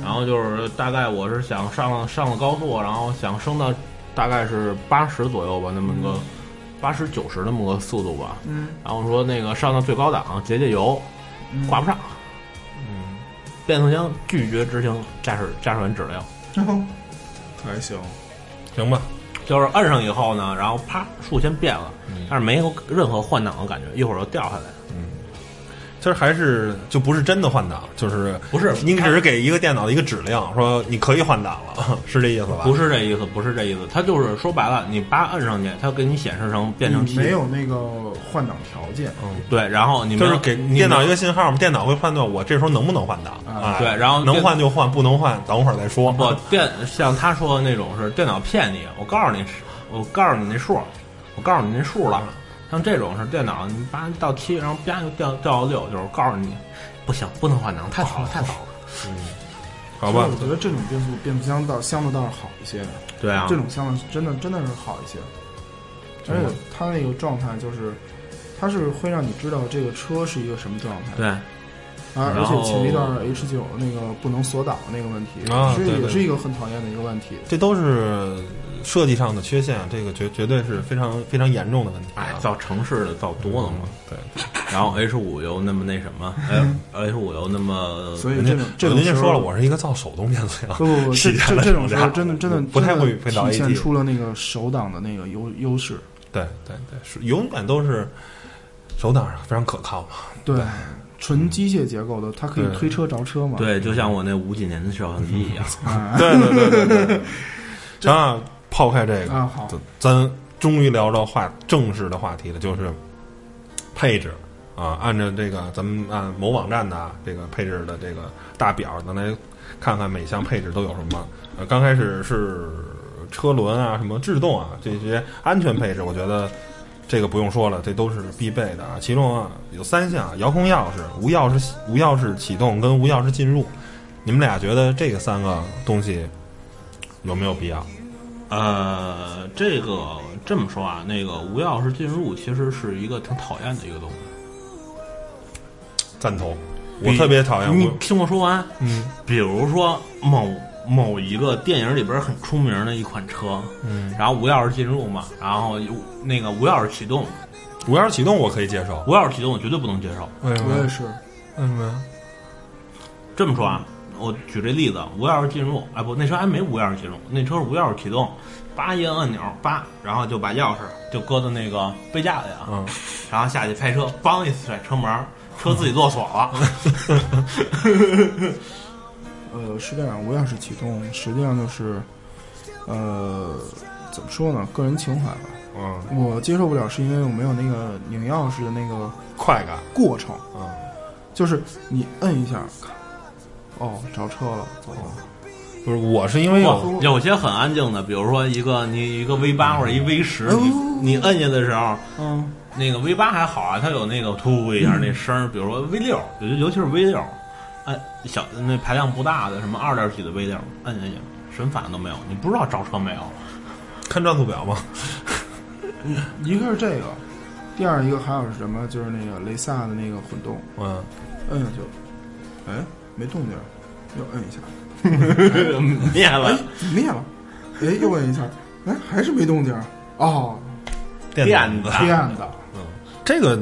然后就是大概我是想上了上了高速，然后想升到大概是八十左右吧，那么个八十九十那么个速度吧。嗯，然后说那个上到最高档节节油，挂不上。嗯，变速箱拒绝执行驾驶驾驶员指令，然后还行，行吧，就是摁上以后呢，然后啪数先变了，但是没有任何换挡的感觉，一会儿又掉下来。其实还是就不是真的换挡，就是不是你只是给一个电脑的一个指令，说你可以换挡了， 是这意思吧？不是这意思，不是这意思，它就是说白了，你叭摁上去，它给你显示成变成哦你七嗯没有那个换挡条件。对，然后你就没有是给你电脑没一有个信号嘛，电脑会判断我这时候能不能换挡啊对然后能电换就换，不能换等会儿再说。不电像他说的那种是电脑骗你，我告诉你是，我告诉你那数，我告诉你那数嗯了。像这种是电脑，你叭到七，然后啪就掉掉到六，就是告诉你不行，不能换挡，太早了，太早了。好吧我，觉得这种变速变速箱倒相对倒是好一些的，对啊，这种箱子真的真的是好一些，真而的且它那个状态就是，它是会让你知道这个车是一个什么状态。对啊，然而后且前一段 H 九那个不能锁档那个问题，啊是对对也是一个很讨厌的一个问题。这都是设计上的缺陷，这个绝绝对是非常非常严重的问题啊。哎，造城市的造多了嘛。对，然后 H 五又那么那什么，哎，H 五又那么，所以人这家种这种人家时候说了，我是一个造手动变速不箱，不 不，这体现这了这种手时动候真的真的 不太会真的会导体现 AT。出了那个手挡的那个优优势。对对对，是永远都是手挡上非常可靠嘛。嗯对，纯机械结构的，它可以推车着车嘛。对，就像我那五几年的小痕迹一样，啊对对对对对对。行 啊，抛开这个，啊好，咱咱终于聊到话正式的话题了，就是配置啊。按照这个，咱们按某网站的啊这个配置的这个大表，咱来看看每项配置都有什么。呃，刚开始是车轮啊，什么制动啊，这些安全配置，我觉得这个不用说了，这都是必备的啊。其中啊有三项：遥控钥匙、无钥匙无钥匙启动跟无钥匙进入。你们俩觉得这个三个东西有没有必要？呃，这个这么说啊，那个无钥匙进入其实是一个挺讨厌的一个东西。赞同，我特别讨厌你无听我说完，嗯比如说某某一个电影里边很出名的一款车，嗯，然后无钥匙进入嘛，然后有那个无钥匙启动，无钥匙启动我可以接受，无钥匙启动我绝对不能接受。为什我也？是，为什么呀？这么说啊，我举这例子，无钥匙进入，哎不，那车还没无钥匙进入，那车是无钥匙启动，叭一摁按钮，叭，然后就把钥匙就搁到那个杯架里啊，嗯，然后下去开车，梆一甩车门，车自己落锁了。呃，是这样，无钥匙启动实际上就是，呃，怎么说呢，个人情怀吧。嗯，我接受不了是因为我没有那个拧钥匙的那个快感，过程，嗯，就是你摁一下，咔哦，着车了，走了。不是，我是因为有，有些很安静的，比如说一个你一个 V 八或者一 V 十、你你摁下的时候，嗯，那个 V 八还好啊，它有那个突一下那声儿，比如说 V 六，尤尤其是 V 六，按小那排量不大的什么二点几的 V 六，摁下去什么反应都没有，你不知道着车没有。看战速表吗？一个是这个，第二一个还有是什么？就是那个雷萨的那个混动，嗯，摁下去，哎，没动静，又摁一下，啊 灭了哎，灭了，哎，又摁一下，哎，还是没动静，哦，电子，天呐，这个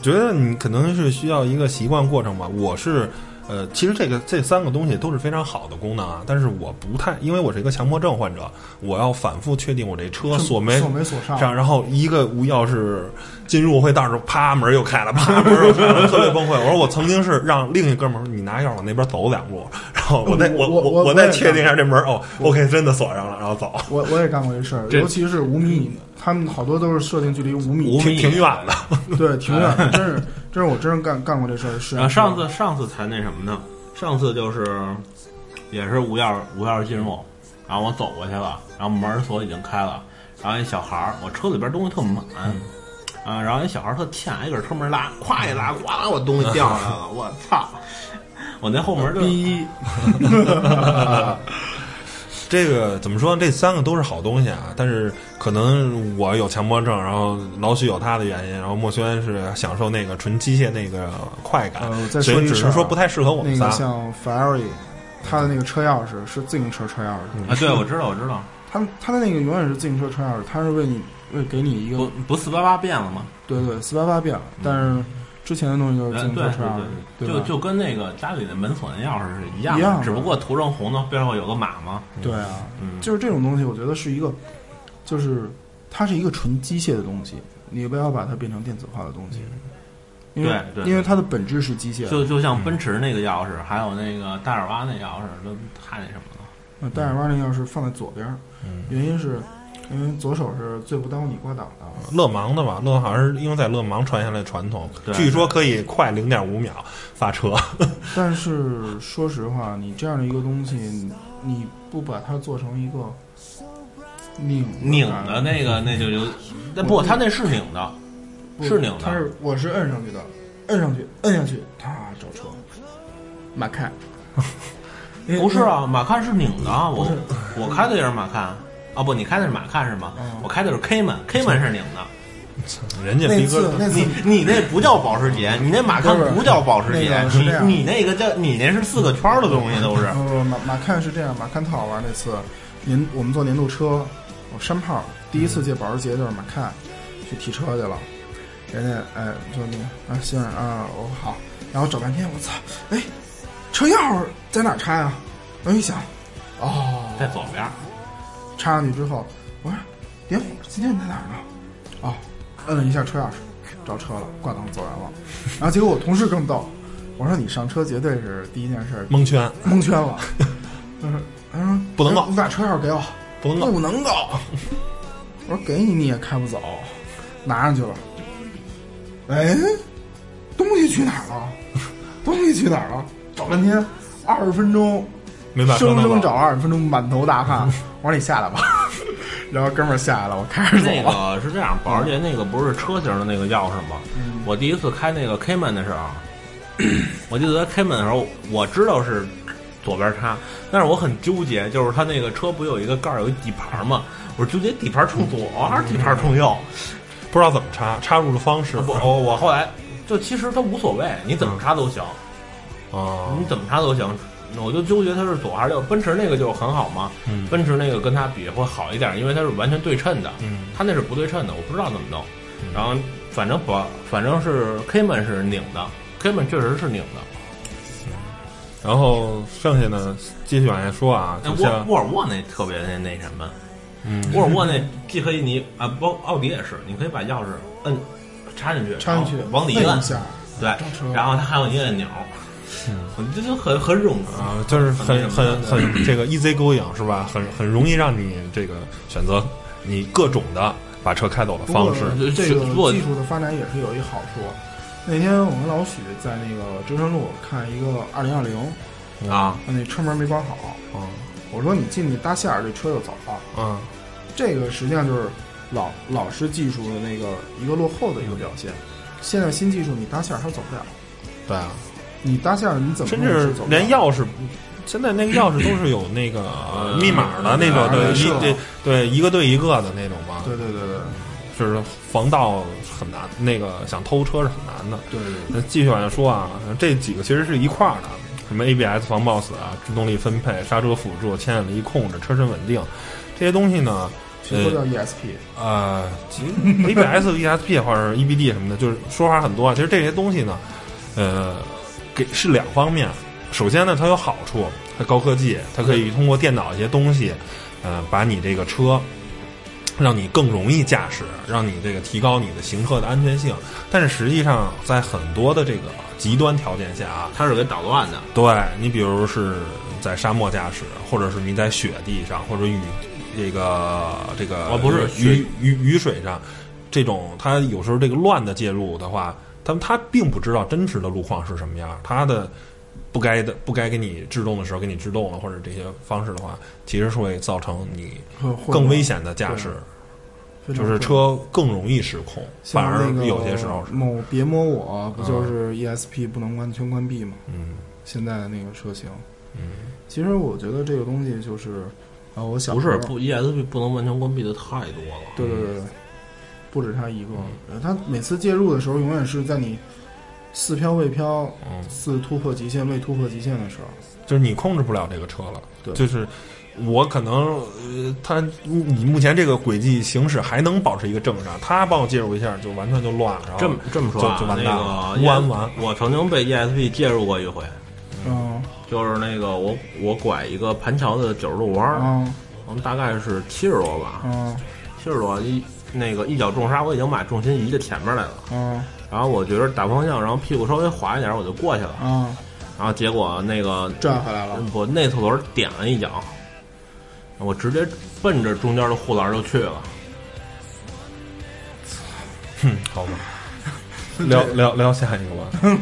觉得你可能是需要一个习惯过程吧。我是呃，其实这个这三个东西都是非常好的功能啊，但是我不太，因为我是一个强迫症患者，我要反复确定我这车锁没锁没锁上这？样，然后一个无钥匙进入会，到时候啪门又开了，啪门又开了，特别崩溃。我说我曾经是让另一哥们儿你拿钥匙往那边走两步，然后我再我我我我我再也确定一下这门哦，OK，真的锁上了，然后走，我我也干过这事儿，这尤其是五米以内，他们好多都是设定距离五米，五挺米挺远的。 对，挺远的，真是，真是我真是干干过这事儿，是然后哎啊上嗯次上次才那什么呢？上次就是也是无钥匙无钥匙进入，然后我走过去了，然后门锁已经开了，然后一小孩儿，我车里边东西特满。嗯啊，然后一小孩儿特欠，挨个车门拉，咵一拉，咵啦，我东西掉下来 了，我操！我那后门就逼，这个怎么说？这三个都是好东西啊，但是可能我有强迫症，然后老许有他的原因，然后莫轩是享受那个纯机械那个快感，呃我再所说一以只事是儿啊说不太适合我们那仨个。像 Ferrari，它的那个车钥匙是自行车车钥匙，啊，对，我知道，我知道，他们他的那个永远是自行车车钥匙，他是为你为给你一不个不四八八变了吗？对对四八八变了，但是之前的东西就嗯是自哎行对对车车钥匙，对，对就吧就跟那个家里的门锁那钥匙是一样一样的只不过涂成红的，背后有个码嘛。对啊，嗯，就是这种东西，我觉得是一个，就是它是一个纯机械的东西，你不要把它变成电子化的东西，因为嗯对对因为它的本质是机械的。就就像奔驰那个钥匙，还有那个戴尔蛙那钥匙，都太那什么了。那呃戴尔蛙那钥匙放在左边儿，嗯原因是因为左手是最不耽误你挂档的。勒芒的吧，勒芒好像是因为在勒芒传下来的传统，对据说可以快零点五秒发车。 但是说实话，你这样的一个东西，你你不把它做成一个拧拧感觉的那个那就有，那不，它那是拧的，不是拧它的。是我是摁上去的，摁上去，摁下去，它找车，马看，不是啊，马看是拧的啊，我不是我开的也是马看啊，不，你开的是马看是吗嗯？我开的是 K 门，K 门是拧的。人家那逼哥次那次你你那不叫保时捷，你那马看不嗯是不叫保时捷那，个是你这样嗯你那个叫你那是四个圈儿的东西都是。不不不马马看是这样，马看特好玩。那次年我们坐年度车，我山炮第嗯一次借保时捷就是马看，去提车去了。人家哎就那个啊先生啊我好，然后找半天我操哎，车钥匙在哪儿插呀、我一想，哦，在左边儿，插上去之后，我说点火今天在哪儿呢？哦，摁了一下车钥匙，着车了，挂档走人了。然后结果我同事更逗，我说你上车绝对是第一件事蒙圈，蒙圈了。他说：“他说哎不能搞你把车钥匙给我，不能不弄。能搞。”我说：“给你你也开不走，拿上去了。”哎，东西去哪儿了？东西去哪儿了？找半天，二十分钟，没把车生弄生走找二十分钟，满头大汗。我说：“你下来吧。” 然后哥们儿下来了，我开始走那了。个是这样，保时捷那个不是车型的那个钥匙吗？我第一次开那个 Cayman 的时候， 我记得在 Cayman 的时候，我知道是左边插，但是我很纠结，就是它那个车不有一个盖儿有一底盘吗？我纠结底盘冲左还是底盘冲右？ 不知道怎么插，插入的方式不，我我后来就其实它无所谓，你怎么插都行，啊你，怎么插都行。我就纠结它是左还是右。奔驰那个就很好嘛，嗯奔驰那个跟它比会好一点，因为它是完全对称的。嗯它那是不对称的，我不知道怎么弄。嗯然后反正保，反正是 Cayman 是拧的，Cayman 确实是拧的。然后剩下呢，继续往下说啊，那就沃像沃尔沃那特别那那什么，嗯沃尔沃那既可以你啊，包括奥迪也是，你可以把钥匙摁插进去，插进去然后，往里一摁摁一，下，对找车，嗯然后它还有一个按钮，这就很很冗长。啊，就是很很很很这个 easy going 是吧？很很容易让你这个选择你各种的把车开走的不过方式。这是做个技术的发展也是有一好处。那天我跟老许在那个中山路看一个二零二零，啊，那车门没关好，嗯我说你进去搭线儿，这车就走了。嗯这个实际上就是老老式技术的那个一个落后的一个表现。现在新技术你搭线儿它走不了，对啊，你搭线儿你怎么甚弄至是走不了连钥匙，现在那个钥匙都是有 那个呃嗯密码的那种，嗯对是一对对一个对一个的那种嘛，对对对对就是防盗很难，那个想偷车是很难的。对对对那继续往下说啊，这几个其实是一块儿的，什么 ABS 防抱死啊、制动力分配、刹车辅助、牵引力控制、车身稳定这些东西呢，全都叫 E ESP。呃，其实 ABS、ESP 或者是 EBD 什么的，就是说法很多啊。其实这些东西呢，呃，给是两方面。首先呢，它有好处，它高科技，它可以通过电脑一些东西，呃，把你这个车让你更容易驾驶，让你这个提高你的行车的安全性。但是实际上，在很多的这个极端条件下啊，它是给捣乱的。对你，比如是在沙漠驾驶，或者是你在雪地上，或者雨这个这个哦不是雨雪雨雨水上，这种它有时候这个乱的介入的话，他们他并不知道真实的路况是什么样，他的不该的不该给你制动的时候给你制动了，或者这些方式的话，其实是会造成你会会更危险的驾驶，非常就是会车更容易失控，反像而那个嗯有些时候是啊某别摸我，不就是 ESP 不能完全关闭吗？嗯现在的那个车型，嗯，其实我觉得这个东西就是，啊，我小不时是候不 ESP 不能完全关闭的太多了。对对对，对不止他一个，呃他每次介入的时候，永远是在你似飘未飘、嗯。似突破极限未突破极限的时候。就是你控制不了这个车了。对就是我可能呃，他你你目前这个轨迹行驶还能保持一个正常，他帮我介入一下就完全就乱了。然后这么这么说啊，就就 完蛋了那个弯完。我曾经被 ESP 介入过一回，嗯就是那个我我拐一个盘桥的九十度弯儿，嗯我们大概是七十多吧，嗯七十多一那个一脚重刹，我已经把重心移到前面来了。嗯然后我觉得打方向，然后屁股稍微滑一点，我就过去了。嗯，然后结果那个嗯转回来了。我内侧轮点了一脚，我直接奔着中间的护栏就去了。哼，好吧， 聊聊聊下一个吧。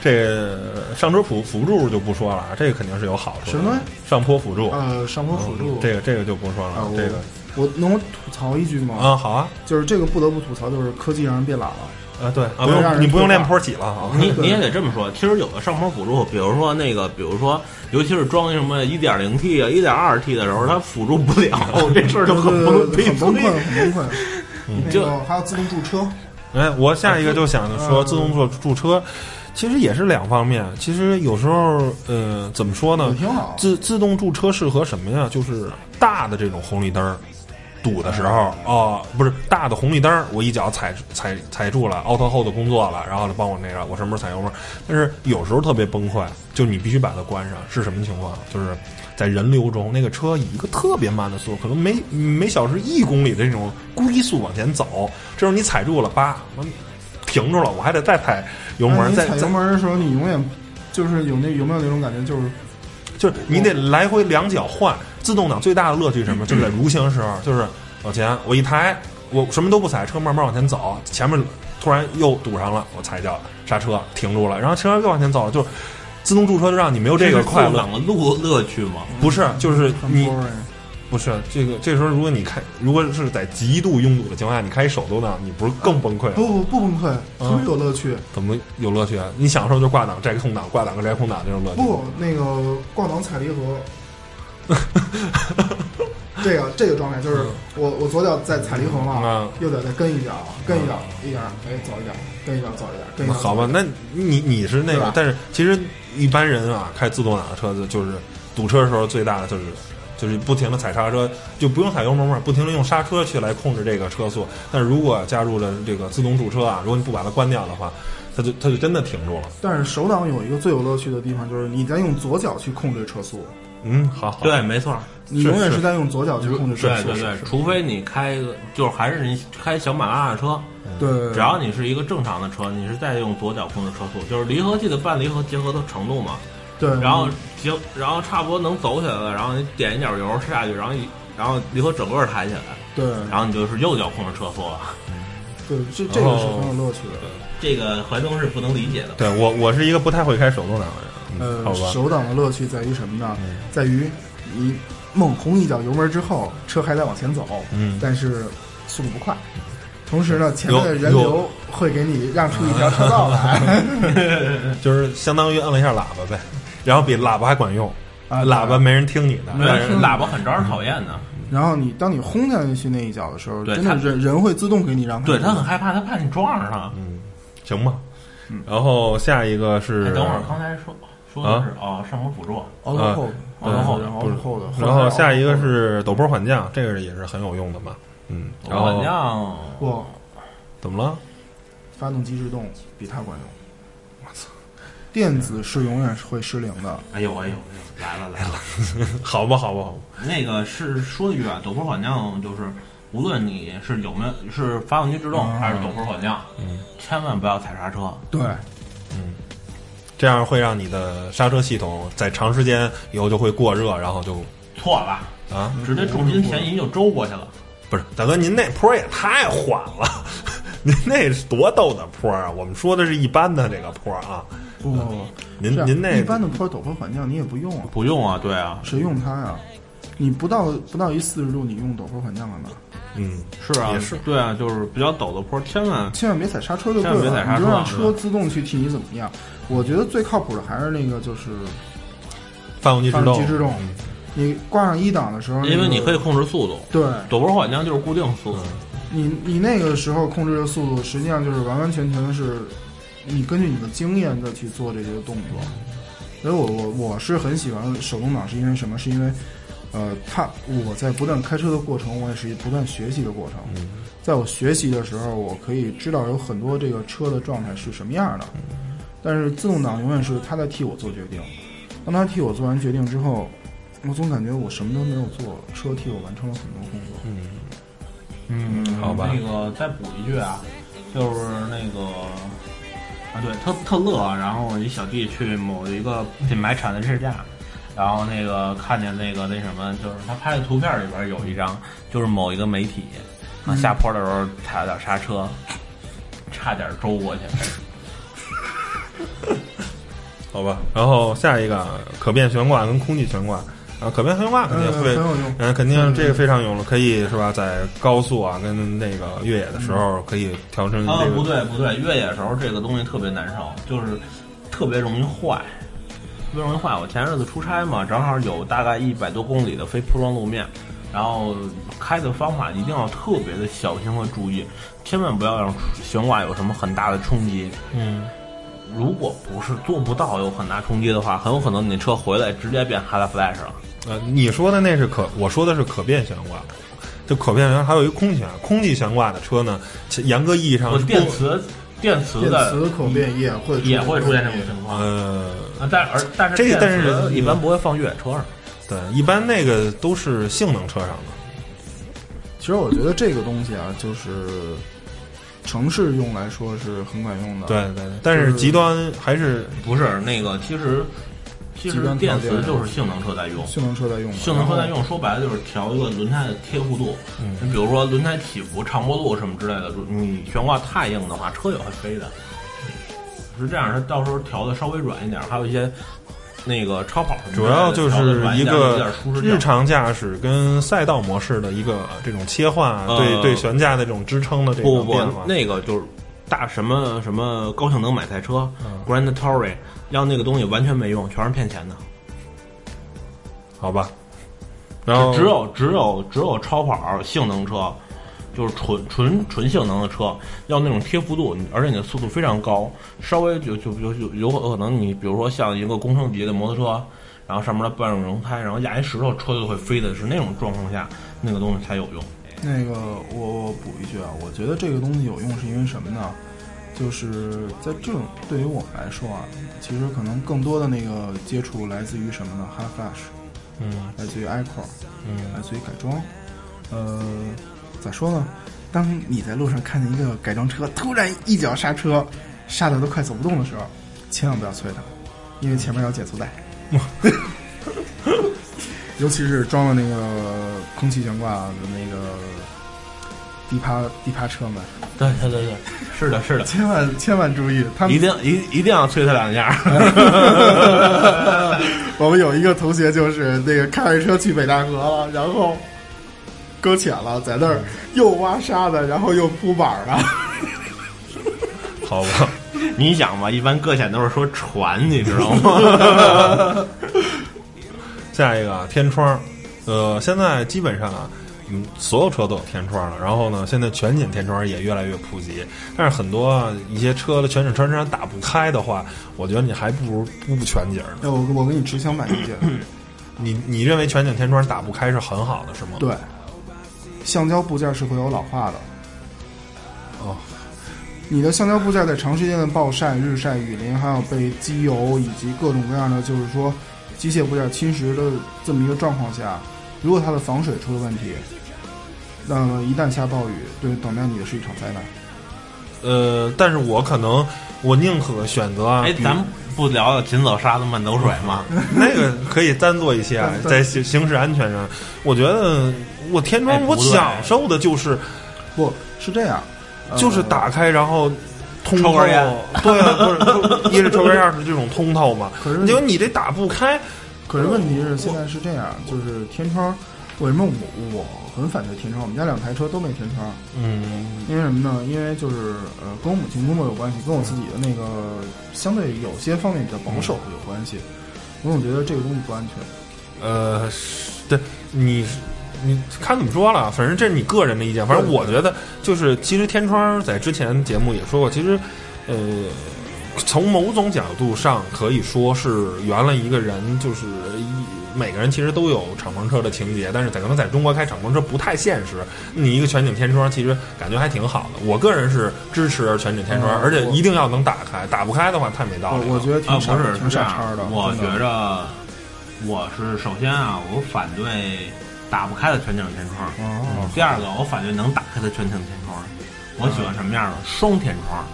这个上车辅辅助就不说了，这个肯定是有好处的。什么上坡辅助？嗯呃，上坡辅助、这个这个就不说了。啊，我这个我能吐槽一句吗？啊，好啊，就是这个不得不吐槽，就是科技让人变懒了。啊对啊，不让用人你不用脱发练坡起了啊。你你也得这么说，其实有的上坡辅助，比如说那个，比如说，尤其是装什么一点零 T 啊、一点二 T 的时候，它辅助不了，这事儿就很不悲对对对很崩催。溃，很崩溃。那就个还有自动驻车，哎，我下一个就想嗯说自动坐驻车，其实也是两方面。其实有时候，呃，怎么说也呢？挺好。自自动驻车适合什么呀？就是大的这种红绿灯儿堵的时候，嗯哦，不是大的红绿灯儿，我一脚踩踩踩住了，out 后的工作了，然后就帮我那个我什么时候踩油门？但是有时候特别崩溃，就你必须把它关上，是什么情况？就是在人流中，那个车以一个特别慢的速度，可能每每小时一公里的这种龟速往前走，这时候你踩住了，叭，完停住了，我还得再踩油当门，啊哎你再踩再油门的时候，你永远就是有那有没有那种感觉，就是就是你得来回两脚换。自动挡最大的乐趣是什么？就是在蠕行时候，就是往前我一抬，我什么都不踩，车慢慢往前走，前面突然又堵上了，我踩一脚刹车停住了，然后车又往前走了，就自动驻车就让你没有这个快 乐。两个路乐趣嘛。不是，就是很你 boring。不是这个这时候，如果你开，如果是在极度拥堵的情况下，你开手动挡，你不是更崩溃了？不不不崩溃，特别有乐趣。怎么有乐趣啊？你享受就挂档摘空档，挂档跟摘空档这种乐趣。不，那个挂档踩离合，这个这个状态就是我我左脚在踩离合嘛嗯，右脚再跟一脚，跟一脚，一点儿哎走一点儿，跟一脚走一点儿，跟一那脚好走吧一，点那你你是那对个吧，但是其实一般人啊，开自动挡的车子就是堵车的时候最大的就是就是不停的踩刹车，就不用踩油门嘛，不停的用刹车去来控制这个车速。但是如果加入了这个自动驻车啊，如果你不把它关掉的话，它就它就真的停住了。儿。但是手挡有一个最有乐趣的地方，就是你在用左脚去控制车速，嗯，好，好，对，没错。你永远是在用左脚去控制车对速。对对，除非你开个，就是还是你开小马拉的车，对，只要你是一个正常的车，你是在用左脚控制车速，就是离合器的半离合结合的程度嘛。对，然后行，然后差不多能走起来了，然后你点一点油下去，然后一然后离合整个抬起来，对然后你就是右脚控制车速了。对，这这个是很有乐趣的。这个怀东是不能理解的。对我我是一个不太会开手动挡的人，嗯好呃，吧。嗯手挡的乐趣在于什么呢？在于你猛轰一脚油门之后，车还在往前走，嗯但是速度不快。同时呢，前面的有人流会给你让出一条车道来。就是相当于摁了一下喇叭呗，然后比喇叭还管用。 啊 喇叭没人听你的，但是喇叭很招人讨厌的，然后你当你轰下去那一脚的时候，对真的他人人会自动给你让开。对他很害怕，他怕你撞上他。行吧。然后下一个是，哎等会儿刚才说说的是哦，上坡辅助，凹头后啊凹头后对然后呃不是后的，然后下一个是陡坡缓降，这个也是很有用的嘛。嗯，然后缓降不怎么了？ 发动机制动比它管用。电子是永远是会失灵的，哎呦哎呦，来了来了！好吧，好吧，好吧。那个是说一句啊，陡坡缓降就是，无论你是有没有是发动机制动还是陡坡缓降，千万不要踩刹车。对，这样会让你的刹车系统在长时间以后就会过热，然后就错了，啊，直接重心前移就周过去了。不是大哥，您那坡也太缓了， 您那是多陡的坡啊！我们说的是一般的这个坡啊，不不不，您这样您那一般的坡陡坡缓降你也不用啊，不用啊，对啊，谁用它呀？你不到不到一四十度，你用陡坡缓降干嘛？嗯是啊，也是对啊，就是比较陡的坡，千万千万别踩刹车就对千万别踩了，刹车啊你就让车自动去替你怎么样？我觉得最靠谱的还是那个，就是发动机发制动动，机制动嗯，你挂上一档的时候，因为那个你可以控制速度，对陡坡缓降就是固定速度。你你那个时候控制的速度，实际上就是完完全全的是你根据你的经验再去做这些动作。所以我我我是很喜欢手动挡，是因为什么？是因为呃，它我在不断开车的过程，我也是不断学习的过程。在我学习的时候，我可以知道有很多这个车的状态是什么样的，但是自动挡永远是它在替我做决定。当它替我做完决定之后，我总感觉我什么都没有做，车替我完成了很多工作。嗯好吧那个再补一句啊，就是那个啊，对，特特乐啊，然后我一小弟去某一个品牌厂的试驾，然后那个看见那个那什么，就是他拍的图片里边有一张，就是某一个媒体啊下坡的时候踩了点刹车，差点周过去。好吧。然后下一个啊可变悬挂跟空气悬挂啊，可变悬挂肯定嗯会，很有用嗯，肯定这个非常有了，可以是吧？在高速啊跟那个越野的时嗯候，可以调整啊嗯这，不个。对不对，越野的时候这个东西特别难受，就是特别容易坏，特别容易坏。我前日子出差嘛，正好有大概一百多公里的非铺装路面，然后开的方法一定要特别的小心和注意，千万不要让悬挂有什么很大的冲击。嗯，如果不是做不到有很大冲击的话，很有可能你车回来直接变哈拉 flash 了。呃，你说的那是可，我说的是可变悬挂。就可变悬还有一个空气悬挂，空气悬挂的车呢，其严格意义上我是嗯不电磁电磁电的磁可变也会也会出现这种情况。呃，啊，但而但是这个电但是磁一般不会放越野车上。对，一般那个都是性能车上的。其实我觉得这个东西啊，就是城市用来说是很管用的。对对对，但是极端还是不是那个，其实其极实端条电件磁就是性能车在用，性能车在用的，性能车在然后用，说白了就是调一个轮胎的贴护度。嗯你比如说轮胎起伏、长坡度什么之类的，如你悬挂太硬的话，车也会飞的。是这样，它到时候调的稍微软一点，还有一些那个超跑什么之类的主要就是调得软一一点有点个舒适日性。常驾驶跟赛道模式的一个这种切换啊，呃对对悬架的这种支撑的这不种不变不化，。那个就是大什么什么高性能买菜车、g 嗯 r a n d Touring，要那个东西完全没用，全是骗钱的。好吧，然后只有只有只有超跑性能车，就是纯纯纯性能的车，要那种贴幅度，你而且你的速度非常高，稍微就就就就有可能你比如说像一个工程级的摩托车，然后上面的半种轮胎，然后压一石头，车就会飞的，是那种状况下那个东西才有用。那个我我补一句啊，我觉得这个东西有用是因为什么呢？就是在这种对于我们来说啊，其实可能更多的那个接触来自于什么呢？Hard Flash，嗯来自于 Echo，嗯来自于改装。呃，咋说呢？当你在路上看见一个改装车突然一脚刹车，刹的都快走不动的时候，千万不要催它，因为前面有减速带。尤其是装了那个空气悬挂的那个低趴低趴车们，对对对对，是的，是的， 千万千万注意，他一们定一一定要催他两下。我们有一个同学就是那个开着车去北戴河了，然后搁浅了，在那儿又挖沙子，然后又铺板儿啊。好吧， 你想吧，一般搁浅都是说船，你知道吗？下一个啊，天窗，呃，现在基本上啊，嗯，所有车都有天窗了。然后呢，现在全景天窗也越来越普及，但是很多啊一些车的全景天窗打不开的话，我觉得你还不如不全景呢。哎，我我给你持相反意 见，你你认为全景天窗打不开是很好的是吗？，对，橡胶部件是会有老化的。哦，你的橡胶部件在长时间的暴晒、日晒、雨淋，还有被机油以及各种各样的就是说机械部件侵蚀的这么一个状况下，如果它的防水出了问题，那么一旦下暴雨，对等待你的是一场灾难。呃，但是我可能我宁可选择啊， 哎，比咱们不聊聊紧走沙子慢走水吗？ 那个可以单做一些啊，在行行驶安全上，我觉得我天窗哎我不对享受的就是不是这样，呃就是打开然后通透，呃抽根烟 对啊，不是一是抽根烟，二是这种通透嘛。可是结果你这打不开，可是问题是现在是这样，就是天窗，为什么我我很反对天窗？我们家两台车都没天窗，嗯，因为什么呢？因为就是呃，跟我母亲工作有关系，跟我自己的那个相对有些方面比较保守有关系。我总觉得这个东西不安全。呃，是对你。你看怎么说了，反正这是你个人的意见。反正我觉得，就是其实天窗在之前节目也说过，其实，呃，从某种角度上可以说是圆了一个人，就是一每个人其实都有敞篷车的情节，但是在可能在中国开敞篷车不太现实。你一个全景天窗，其实感觉还挺好的。我个人是支持全景天窗，嗯而且我一定要能打开，打不开的话太没道理了。我我觉得啊，挺傻，不是，挺是这傻样叉的。啊我真觉的着，我是首先啊，我反对打不开的全景天窗。哦，第二个，我反对能打开的全景天窗。我喜嗯欢什么样的？双天窗，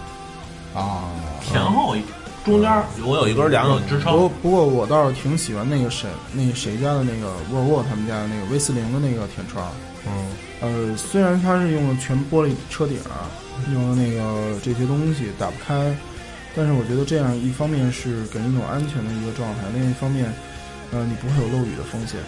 啊。前后一中间我有一根梁有支不撑。不过嗯我倒是挺喜欢那个谁那谁家的那个沃尔沃他们家的那个 V 四零的那个天窗。嗯，呃，虽然它是用了全玻璃车顶儿啊，用了那个这些东西打不开，但是我觉得这样一方面是给人一种安全的一个状态，另一方面，呃，你不会有漏雨的风险。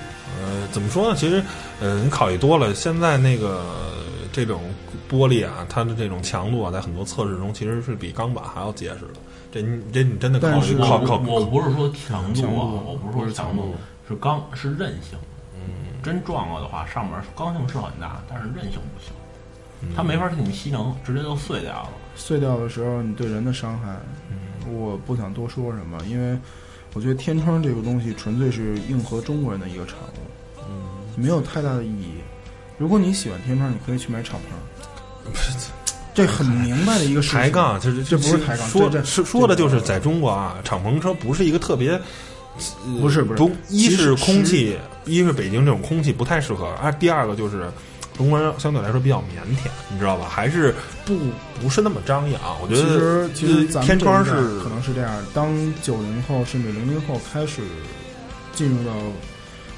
呃，怎么说呢？其实，呃，你考虑多了，现在那个呃这种玻璃啊，它的这种强度啊，在很多测试中其实是比钢板还要结实的。这你这你真的考但虑是考我考我不是说强度强啊度，我不是说强度，是刚是韧性。嗯，真撞了的话，上面刚性是很大，但是韧性不行，嗯它没法给你吸能，直接就碎掉了。碎掉的时候，你对人的伤害，嗯我不想多说什么，因为我觉得天窗这个东西纯粹是硬核中国人的一个产物，嗯没有太大的意义。如果你喜欢天窗，你可以去买敞篷，这很明白的一个事情。抬杠，这这不是抬杠说这这是说的这就是在中国啊，敞篷车不是一个特别。呃不是不是一其是实空实气，一是北京这种空气不太适合，二第二个就是中国人相对来说比较腼腆，你知道吧？还是不不是那么张扬。我觉其实得其实呃咱们天窗这是一代可能是这样，当九零后甚至零零后开始进入到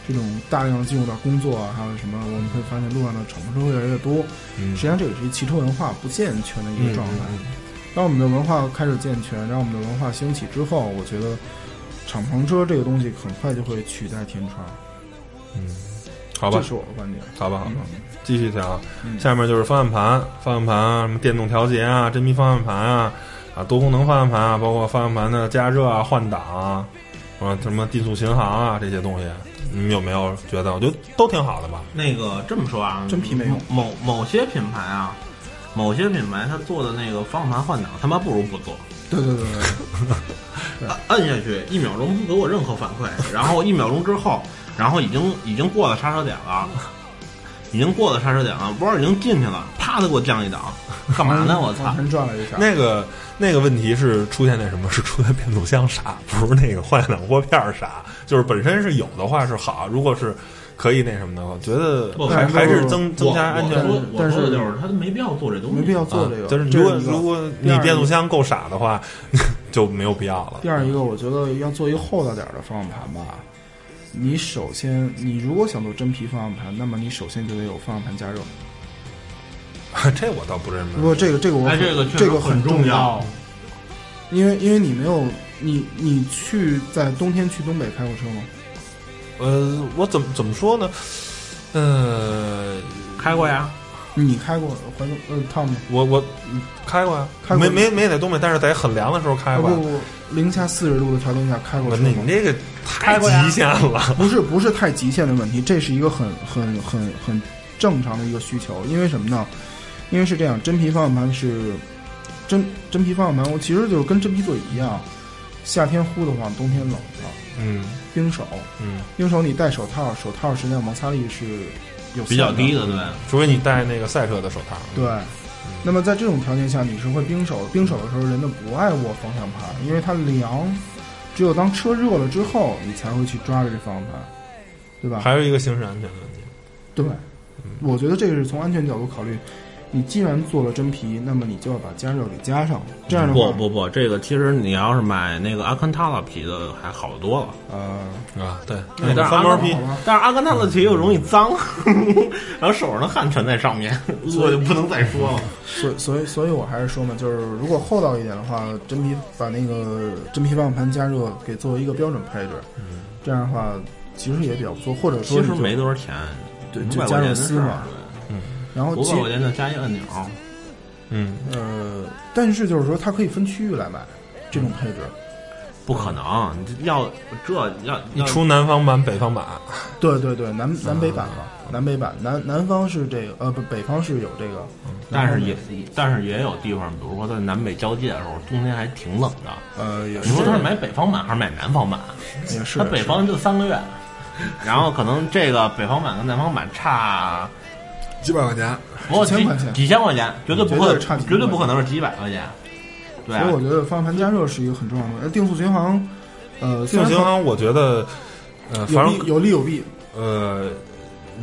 这种大量进入到工作啊，还有什么，我们会发现路上的城市会越来越多。嗯实际上，这也是一汽车文化不健全的一个嗯状态。嗯当我们的文化开始健全，让我们的文化兴起之后，我觉得敞篷车这个东西很快就会取代天窗，好吧这，是我的观点。好吧，好吧嗯，继续讲。嗯下面就是方向盘，方向盘什么电动调节啊，真皮方向盘啊，啊多功能方向盘啊，包括方向盘的加热啊、换挡啊，啊什么定速巡航啊这些东西，你们有没有觉得？我觉得都挺好的吧。那个这么说啊，真皮没用某某些品牌啊，某些品牌它做的那个方向盘换挡，他妈不如不做。对对对对，按按下去一秒钟不给我任何反 馈，然后一秒钟之后，然后已经已经过了刹车点 了，已经过了刹车点了，弯儿已经进去了，啪的给我降一档，干嘛 呢？我操 往！前转了一下。那个那个问题是出现在什么？是出在变速箱傻，不是那个换挡拨片儿傻。就是本身是有的话是好，如果是可以那什么的，我觉得不还不还是不增增加安全我感我说我但是说的就是他没必要做这东西，没必要做啊这个，就是这如果一个如果你变速箱够傻的话， 就没有必要了。第二一个，我觉得要做一个厚道点儿的方向盘吧。你首先，你如果想做真皮方向盘，那么你首先就得有方向盘加热。啊这我倒不认为。不过这个这个我哎很这个确实这个很重重要，因为因为你没有你你去在冬天去东北开过车吗？呃，我怎么怎么说呢？呃，开过呀，你开过环东呃趟吗？我我开过呀，啊开过没没没在东北，但是在很凉的时候开啊过。不不，不零下四十度的条件下开过我车那吗你？这个太开过呀极限了。不是不是太极限的问题，这是一个很很很很正常的一个需求。因为什么呢？因为是这样，真皮方向盘是真真皮方向盘，我其实就是跟真皮座椅一样，夏天呼的慌，冬天冷了，嗯冰手，嗯，冰手你戴手套，手套实际上摩擦力是有比较限低的对。除非你戴那个赛车的手套。对，啊那么在这种条件下，你是会冰手的。冰手的时候，人们不爱握方向盘，因为它凉。只有当车热了之后，你才会去抓着这方向盘，对吧？还有一个行驶安全问题。对，嗯我觉得这个是从安全角度考虑。你既然做了真皮，那么你就要把加热给加上。这样的话，不不不，这个其实你要是买那个阿肯塔拉皮的还好多了，呃，啊，对，但是翻包皮好，吧，但是阿甘纳的皮又容易脏， 然后手上的汗全在上面，我就不能再说了。所所以所以我还是说嘛，就是如果厚道一点的话，真皮把那个真皮方向盘加热给作为一个标准配置，这样的话其实也比较不错。或者其说你实就没多少钱，对五就百加块钱热的丝事儿嘛，然后五其百块钱再加一按钮，嗯，呃，但是就是说它可以分区域来买这种配置，不可能，你这要这要你要出南方版、北方版，对对对，南南北版嘛，嗯南北版南南方是这个呃不北方是有这个，但是南方也但是也有地方，比如说在南北交界的时候，冬天还挺冷的。呃也你是说他是买北方版还是买南方版？啊也是他北方就三个月，然后可能这个北方版跟南方版差几百块钱。不过几千块钱几千块钱绝对不绝会对差几千块钱绝对不可能是几百块钱。对、啊所以，我觉得方向盘加热是一个很重要的东西。呃定速巡航，呃，定虽然速巡航，我觉得，呃，反有正利有利有弊，呃，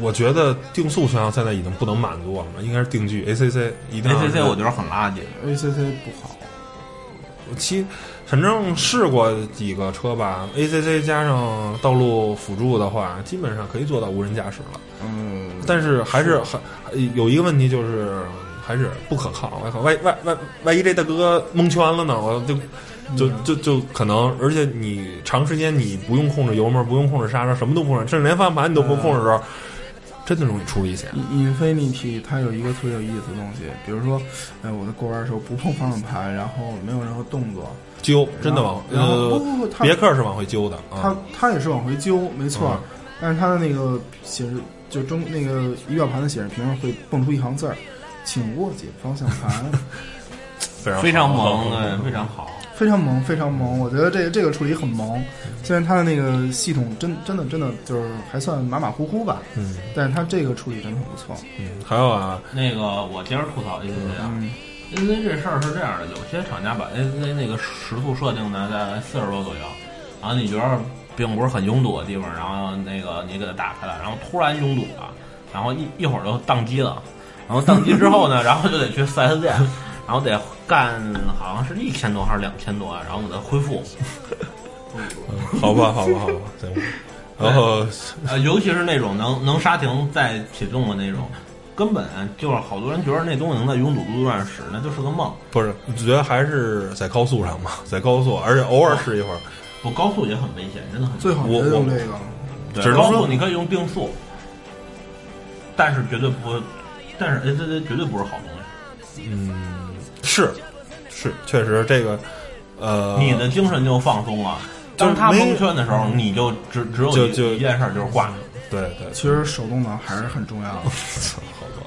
我觉得定速巡航现在已经不能满足我们了，应该是定居 ACC 一嗯定要 ACC 我觉得很垃圾。 ACC 不好，其反正试过几个车吧，ACC 加上道路辅助的话，基本上可以做到无人驾驶了。嗯，但是还是很呃有一个问题就是还是不可靠。我靠，万一万万万一这大哥蒙圈了呢？我就就就就可能，而且你长时间你不用控制油门，不用控制刹车，什么都不控制，甚至连方向盘你都不控制的时候，真的容易出危险。 Infinity 它有一个特别有意思的东西，比如说，哎，我在过弯的时候不碰方向盘，然后没有任何动作，揪真的往然后呃不不不它别克是往回揪的它啊，它也是往回揪，没错，嗯但是它的那个显示就中那个仪表盘的显示屏上会蹦出一行字儿，请握紧方向盘， 非常啊嗯非非常啊萌，对，非常好。非常萌，非常萌。我觉得这个这个处理很萌，虽然它的那个系统真真的真的就是还算马马虎虎吧，嗯但是它这个处理真的很不错。嗯，还有啊，那个我接着吐槽 ACC 啊嗯， ，ACC 这事儿是这样的，有些厂家把 ACC 那个时速设定呢在四十多左右，然后你觉得并不是很拥堵的地方，然后那个你给它打开了，然后突然拥堵了，然后一一会儿就宕机了，然后宕机之后呢，然 后就得去 4S 店，然后得干好像是一千多还是两千多啊，然后给它恢复。好吧，好吧，好吧，行。然后呃，尤其是那种能能刹停再启动的那种，根本就是好多人觉得那东西能在拥堵路段使，那就是个梦。不是，你觉得还是在高速上嘛，在高速，而且偶尔试一会儿。不，高速也很危险，真的很危最好别我用我这险。个。只对能高说速你可以用定速，但是绝对不，但是哎，这这绝对不是好东西。是，是，确实这个，呃，你的精神就放松了。就是当他没蒙圈的时候，你就只只有就一就一件事儿，就是挂。对对，其实手动挡还是很重要的。好吧。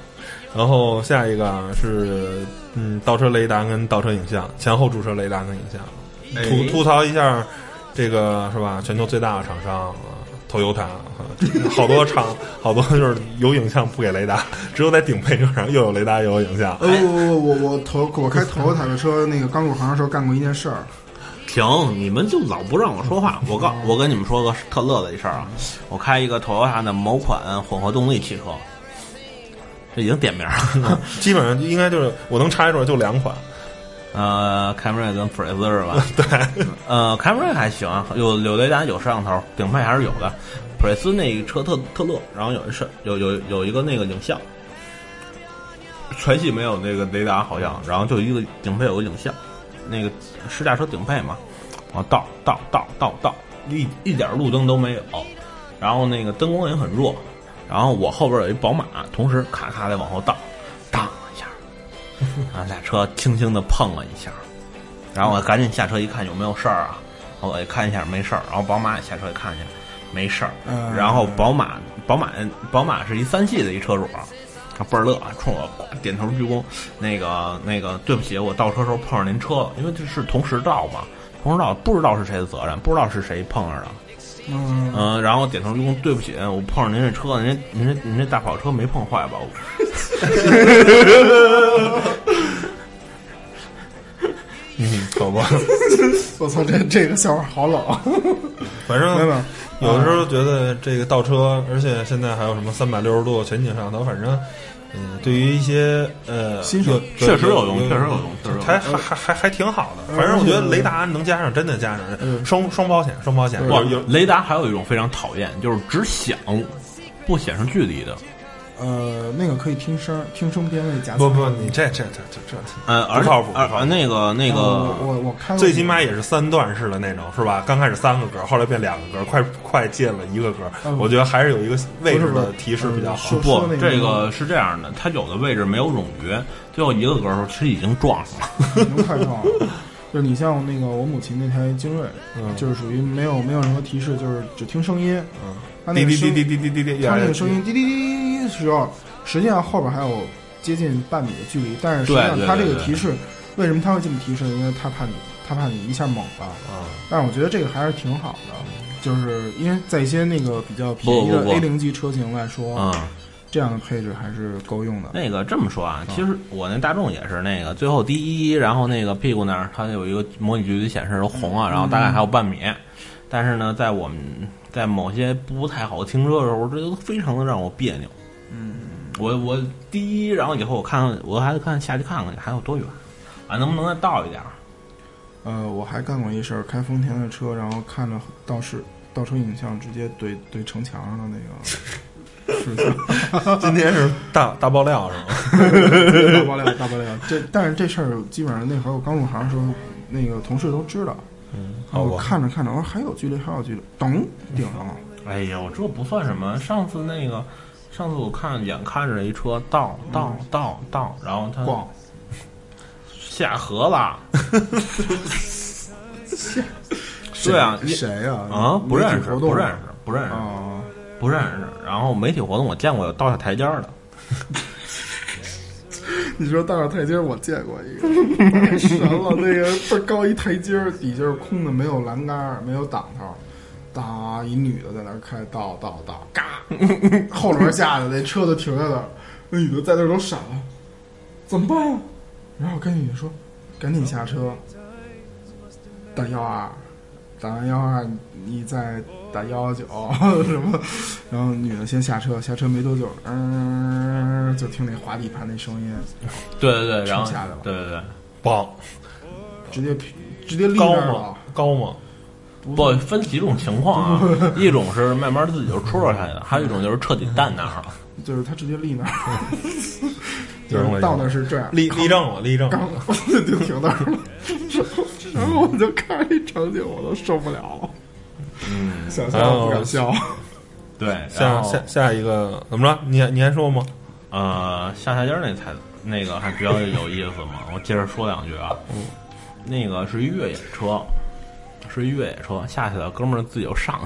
然后下一个啊是，嗯，倒车雷达跟倒车影像，前后驻车雷达跟影像。吐吐槽一下，这个是吧？全球最大的厂商啊，Toyota，啊好多厂， 好多就是有影像不给雷达，只有在顶配车上又有雷达又有影像。呃，我我我我头我开头塔的车，那个刚入行的时候干过一件事儿，停！你们就老不让我说话。我告我跟你们说个特乐的一事儿啊，我开一个 Toyota 的某款混合动力汽车，这已经点名了。 基本上应该就是我能查一出来就两款，呃，凯美瑞跟 Fraser 吧，对，呃，凯美瑞还行，有有雷达，有摄像头，顶配还是有的。普锐斯那个车特特乐，然后有一摄有有有一个那个影像，全系没有那个雷达好像，然后就一个顶配有个影像，那个试驾车顶配嘛，啊倒倒倒倒倒，一一点路灯都没有，然后那个灯光也很弱，然后我后边有一宝马，同时咔咔的往后倒，当一下，啊，俩车轻轻的碰了一下，然后我赶紧下车一看有没有事儿啊，我一看一下没事儿，然后宝马也下车一看一下没事儿，嗯然后宝马宝马宝马是一三系的一车主，啊倍儿乐，冲我呱点头鞠躬，那个那个对不起，我倒车时候碰上您车了，因为这是同时倒嘛，同时倒不知道是谁的责任，不知道是谁碰上的。嗯，嗯，然后点头鞠躬，对不起，我碰上您这车了，您这您这您这大跑车没碰坏吧？我 嗯，好吧。我操，这这个笑话好冷，啊反正没有没有有的时候觉得这个倒车，而且现在还有什么三百六十度全景摄像头，反正。嗯，对于一些呃，新手有确实有用有确实有用确实有用还还还还还挺好嗯的。反正我觉得雷达能加上，真的加上，双双保险，双保险。嗯不有有，雷达还有一种非常讨厌，就是只响不显示距离的。呃，那个可以听声，听声辨位夹不层。不，你这这这这这，呃，而不靠谱而而那个那我个我我开过最起码也是三段式的那种，是吧？刚开始三个格，后来变两个格，快快进了一个格。嗯我觉得还是有一个位置的提示比较好。不不说那，个这个是这样的，它有的位置没有冗余，最后一个格的时候其实已经撞上了。能快 撞了。就是你像那个我母亲那台精锐，嗯就是属于没有没有任何提示，就是只听声音。嗯，它那滴滴个滴声滴滴滴滴滴，它那个声音滴滴滴滴滴的时候，实际上后边还有接近半米的距离，但是实际上对对它这个对对提示，为什么它会这么提示？因为它怕你，它怕你一下猛吧。啊，但是我觉得这个还是挺好的，就是因为在一些那个比较便不宜不的不 A 零级车型来说，嗯，这样的配置还是够用的。那个这么说啊，其实我那大众也是那个最后第一，然后那个屁股那儿它有一个模拟距离显示是红啊，然后大概还有半米，但是呢，在我们在某些不太好停车的时候，这都非常的让我别扭。嗯，我我第一，然后以后我看看，我还得看下去看看还有多远啊，能不能再倒一点儿？呃，我还干过一事儿，开丰田的车，然后看着倒视倒车影像，直接怼怼城墙上的那 个视像，今天是大大爆料是吗？大爆料，大爆料。这但是这事儿基本上那会儿我刚入行的时候，那个同事都知道。嗯好我吧看着看着，我说还有距离，还有距离，噔顶上了。哎呦，这不算什么。上次那个，上次我看眼看着一车倒倒倒倒，然后他嗯逛下河 了。谁对啊，你谁呀？啊，不媒体认识，活动不认识，不认识，啊。不认识。然后媒体活动我见过有倒下台阶儿的，你说大上台阶，我见过一个，太神了！那个倍儿高一台阶，底下是空的，没有栏杆，没有挡头，哒，一女的在那儿开，倒倒倒，嘎，后轮下去，那车就停在那儿，那女的在那儿都傻了，怎么办呀？然后跟女的说，赶紧下车，打幺二，打完幺二你再打幺幺九什么，然后女的先下车，下车没多久，嗯、就听那滑底盘那声音，对对对，然后冲下来了对对对，棒，直接直接立那高儿吗了，？高吗？不分几种情况 啊，一种是慢慢自己就出溜下去的，还有一种就是彻底淡那儿了。就是他直接 立那儿，就就是是到那儿儿是这样，立立正了，立正了。我就停那儿了，然后我就看着这场景，我都受不了了。嗯，想笑都不敢笑。哎对，下然下后下一个怎么着？你你还说 吗？呃，下下家那才那个还比较有意思 嘛，我接着说两句啊。嗯，那个是一越野车，是一越野车，下去了，哥们儿自己就上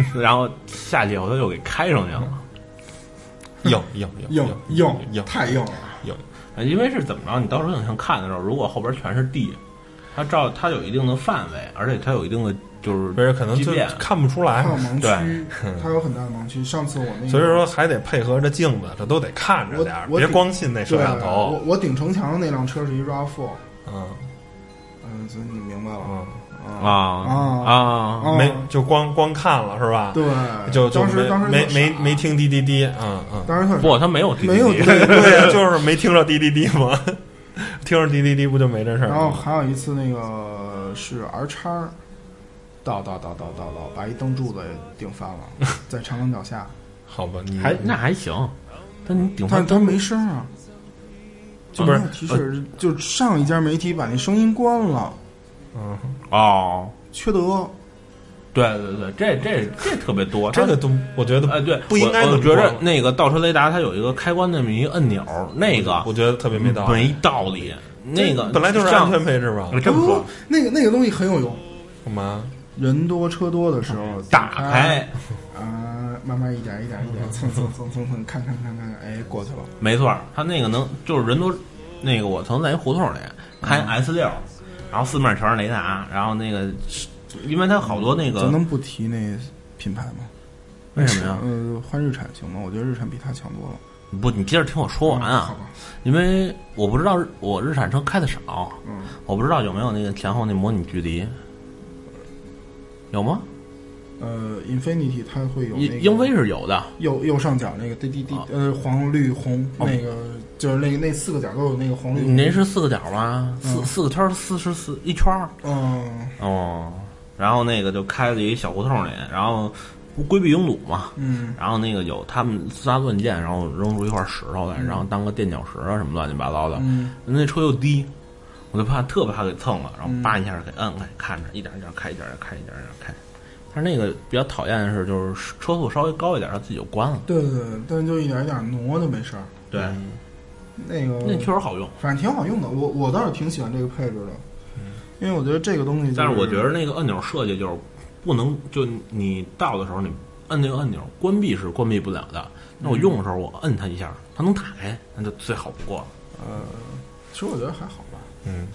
了，然后下去以后他就给开上去了。硬硬硬硬硬硬太硬了，硬，呃因为是怎么着，你到时候影像看的时候，如果后边全是地，它照它有一定的范围，而且它有一定的就是而且可能畸就变，啊看不出来它。有盲区对，它有很大的盲区。上次我那个，哎所以说还得配合着镜子，这都得看着点儿，我我别光信那对，摄像我头。我顶城墙的那辆车是一 RAV4，嗯嗯，所以你明白了嗯，啊啊啊啊没就光光看了是吧？，对，就就当时没当时没特没傻没，听滴滴滴，嗯嗯。当时特傻不，它没有 DDD 没 有对对呀，就是没听着滴滴滴吗？ 听着滴滴滴不就没这嗯事儿然后吗？哦还有一次那个是 R 叉，倒倒倒倒倒倒，把一灯柱子也顶翻 了，在长廊脚下，好吧，你还那还行，但你顶上但是它没声儿啊，就没有不是提呃示，就上一家媒体把那声音关了，嗯，哦，缺德。对对对，这这这特别多，这它个都我觉得 哎对，不应该我这我么觉着光那个倒车雷达它有一个开关那么一个按钮，那个我觉得特别啊没道理。嗯没道理，那个本来就是安像全配置吧？这么说哦，那个那个东西很有用，干嘛？人多车多的时候打开开，啊，慢慢一点一点一点蹭蹭蹭蹭蹭，看看看看，哎，过去了。没错儿，它那个能就是人多，那个我曾在一胡同里开嗯 S 六、然后四面全是雷达，然后那个因为它好多那个咱能不提那品牌吗？为什么呀？呃，换日产行吗？我觉得日产比它强多了。不，你接着听我说完嗯好啊，吧因为我不知道日我日产车开的少，嗯，我不知道有没有那个前后那模拟距离，有吗？呃，Infinity 它会有那个英英威是有的，右右上角那个滴滴滴啊呃黄绿红哦那个就是那个那四个角都有那个黄绿你红那是四个角吗？四四个圈儿，四十四一圈儿。嗯哦，然后那个就开了一小胡同里，然后不规避拥堵嘛，嗯然后那个有他们自杀乱箭，然后扔出一块石头来，然后当个垫脚石啊什么乱七八糟的。嗯那车又低，我就怕特怕给蹭了，然后叭一下给摁开，看着一点一点开，一点一点开，一点一点开。但是那个比较讨厌的是，就是车速稍微高一点，它自己就关了。对对对，但就一点一点挪就没事儿。对，那个那确实好用，反正挺好用的，我我倒是挺喜欢这个配置的，嗯因为我觉得这个东西就是、但是我觉得那个按钮设计就是不能，就你到的时候你摁那个按钮，关闭是关闭不了的。那我用的时候我摁它一下，它能打开，那就最好不过了。呃，其实我觉得还好吧。嗯，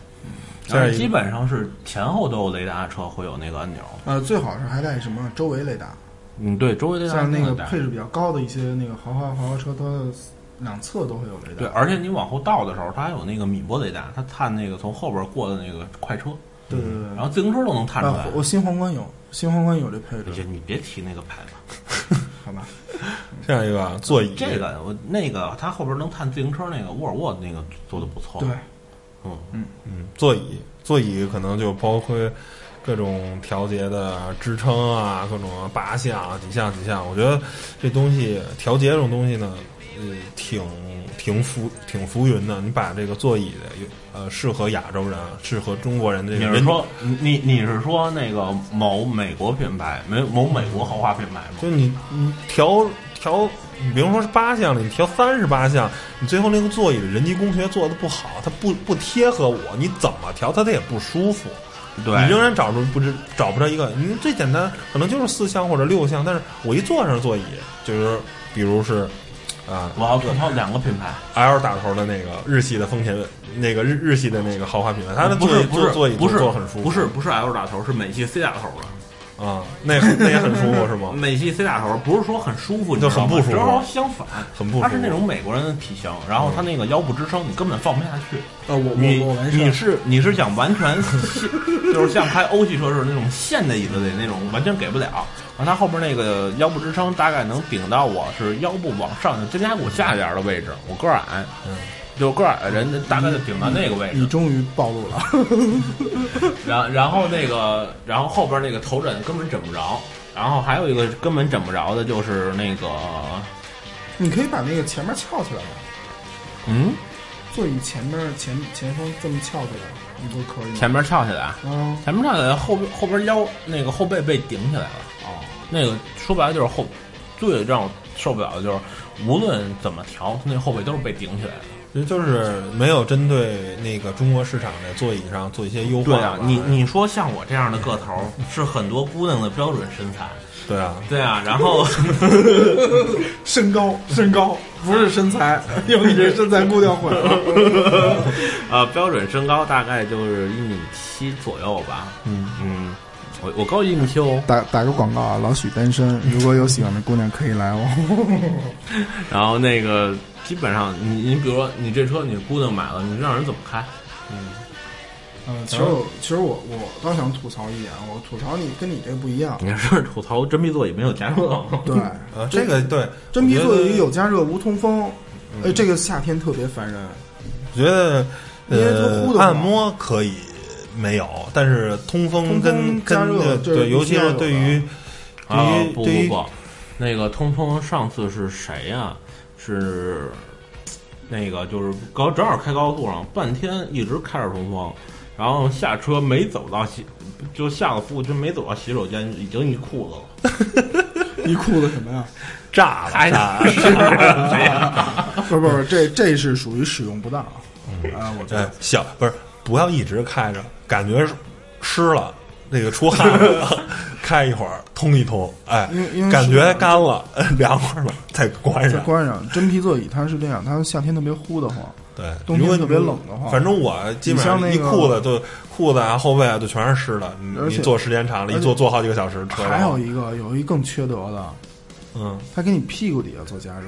然下后一基个本上是前后都有雷达的车会有那个按钮，呃，最好是还带什么周围雷达，嗯，对，周围雷达像那都个有带配置比较高的一些那个豪华豪华车，它的两侧都会有雷达。对，啊而且你往后倒的时候，它还有那个米波雷达，它探那个从后边过的那个快车，对对对然。后自行车都能探出来嗯啊，。我新皇冠有，新皇冠有这配哎呀置，，你别提那个牌子，好吧？下一个啊座椅，这个我那个它后边能探自行车那个沃尔沃那个做的不错，对，嗯，嗯，座椅，座椅可能就包括各种调节的支撑啊，各种八项啊几项几项。我觉得这东西调节这种东西呢，呃，挺挺浮挺浮云的。你把这个座椅的有呃适合亚洲人、适合中国人这个你人是说你你是说那个某美国品牌，没某美国豪华品牌吗？就你你调调，你比如说是八项里，你调三十八项，你最后那个座椅的人机工学做的不好，它不不贴合我，你怎么调它它也不舒服。对你仍然找出不知找不着一个，你最简单可能就是四项或者六项，但是我一坐上座椅，就是比如是啊、我要吐槽两个品牌， L 打头的那个日系的丰田，那个日日系的那个豪华品牌，它的不座是椅不是座椅不是坐很舒服，不是不是 L 打头，是美系 C 打头的，啊，那那也很舒服是吗？美系 C 大头不是说很舒服，你就知道很不吗舒服正好相反，很不舒服它是那种美国人的体型，然后它那个腰部支撑，你根本放不下去。呃，我你我我完事你儿，是你是想完全 现，就是像开欧系车似的那种现代椅子的那种，完全给不了。完，它后边那个腰部支撑大概能顶到我是腰部往上，肩胛骨下边儿的位置。我个儿矮，嗯，就个儿矮的人大概就顶到那个位置。你终于暴露了，然然后那个，然后后边那个头枕根本枕不着，然后还有一个根本枕不着的就是那个， 你可以把那个前面翘起来啊，嗯，座椅前面前前方这么翘起来，你不可以吗？前面翘起来，啊，前面翘起来，后边后边腰那个后背被顶起来了。哦，那个说白了就是后，最让我受不了的就是无论怎么调，那后背都是被顶起来的。其实就是没有针对那个中国市场的座椅上做一些优化对吧。啊，你你说像我这样的个头儿是很多姑娘的标准身材。对啊，对啊，然 后身高身高不是身材， 用你这身材估 掉混了。呃，标准身高大概就是一米七左右吧。嗯嗯，我我高一米七哦。打打个广告啊，老许单身，如果有喜欢的姑娘可以来哦。 然后那个基本上你你比如说你这车你姑娘买了，你让人怎么开？嗯，其实我其实我我倒想吐槽一点，我吐槽你跟你这不一样。你是吐槽真皮座椅没有加热吗？对，呃，这个对真皮座椅，我有加热无通风，哎，这个夏天特别烦人。觉得我因觉为它得呼的嘛呃，按摩可以没有，但是通风通风跟加跟热那这是对，必尤须其要是有的对于啊对于不对不于不，那个通通上次是谁呀、是那个就是高正好开高速上，半天一直开着通风，然后下车没走到洗就下了服务区没走到洗手间已经一裤子了。 你裤子什么呀？炸了炸 了。 不是不是，这这是属于使用不当啊，嗯我觉对得，哎小不是不要一直开着，感觉湿了，那个出汗了， 开一会儿通一通，哎因为因为，感是觉干了， 呃凉快了，再关再上。关上真皮座椅，它是这样，它夏天特别呼得慌。对，冬天如果你特别冷的话反正我基本上你像那一个裤子就裤子啊、后背啊就全是湿的。你而且你坐时间长了，一坐坐好几个小时，车还哦有一个有一更缺德的，嗯它给你屁股底下做加热，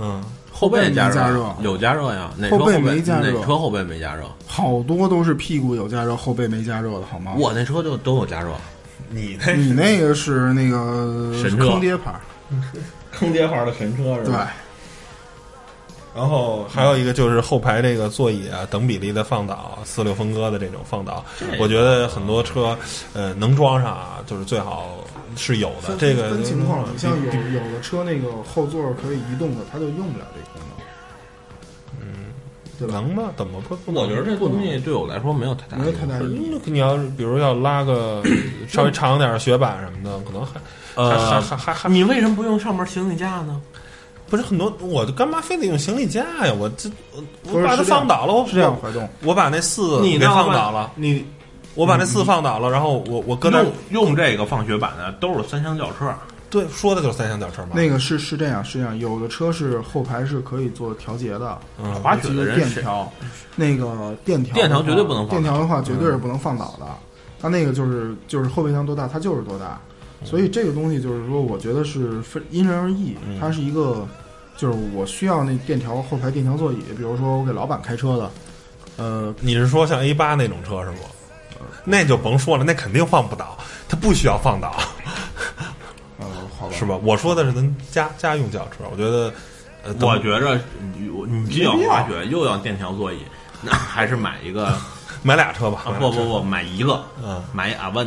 嗯，后背没加热有加热呀？哪车后后背没加热哪车后背没加热？好多都是屁股有加热，后背没加热的好吗？我那车就都有加热。 你那你那个是那个神车坑爹牌儿，坑爹号的神车是对，？然后还有一个就是后排这个座椅啊，等比例的放倒，四六分割的这种放倒，我觉得很多车，呃，能装上啊，就是最好是有的。分这个分情况，嗯你像比有有的车那个后座可以移动的，它就用不了这功能。嗯对吧嗯能吗？怎么不不我觉得这不能东西对我来说没有太大没有太大用处意义。那你要是比如要拉 个稍微长点儿雪板什么的，可能还还呃还还还你为什么不用上面行李架呢？不是很多。我干嘛非得用行李架呀？我这我不我是把它是这样放倒了，我是这样，怀东，我把那四你给那放倒了，你我把那四放倒了，然后我我搁那儿用用这个放雪板的都是三厢轿车，对说的就是三厢轿车嘛。那个是是这样是这样，有的车是后排是可以做调节的，嗯滑雪的尤其是人电谁条，那个电条的话电条绝对不能放倒电条的话绝对是不能放倒的，它那个就是就是后备箱多大它就是多大，嗯所以这个东西就是说，我觉得是分因人而异，嗯它是一个就是我需要那电条后排电条座椅，比如说我给老板开车的，呃，你是说像 A 八那种车是不？那就甭说了，那肯定放不倒，它不需要放 倒，呃，好吧，是吧？我说的是咱家家用轿车，我觉得，呃，我得觉着你你既要滑雪又要电条座椅，那还是买一个啊买俩车吧，买俩不车不，不买一个，嗯买一 Avent。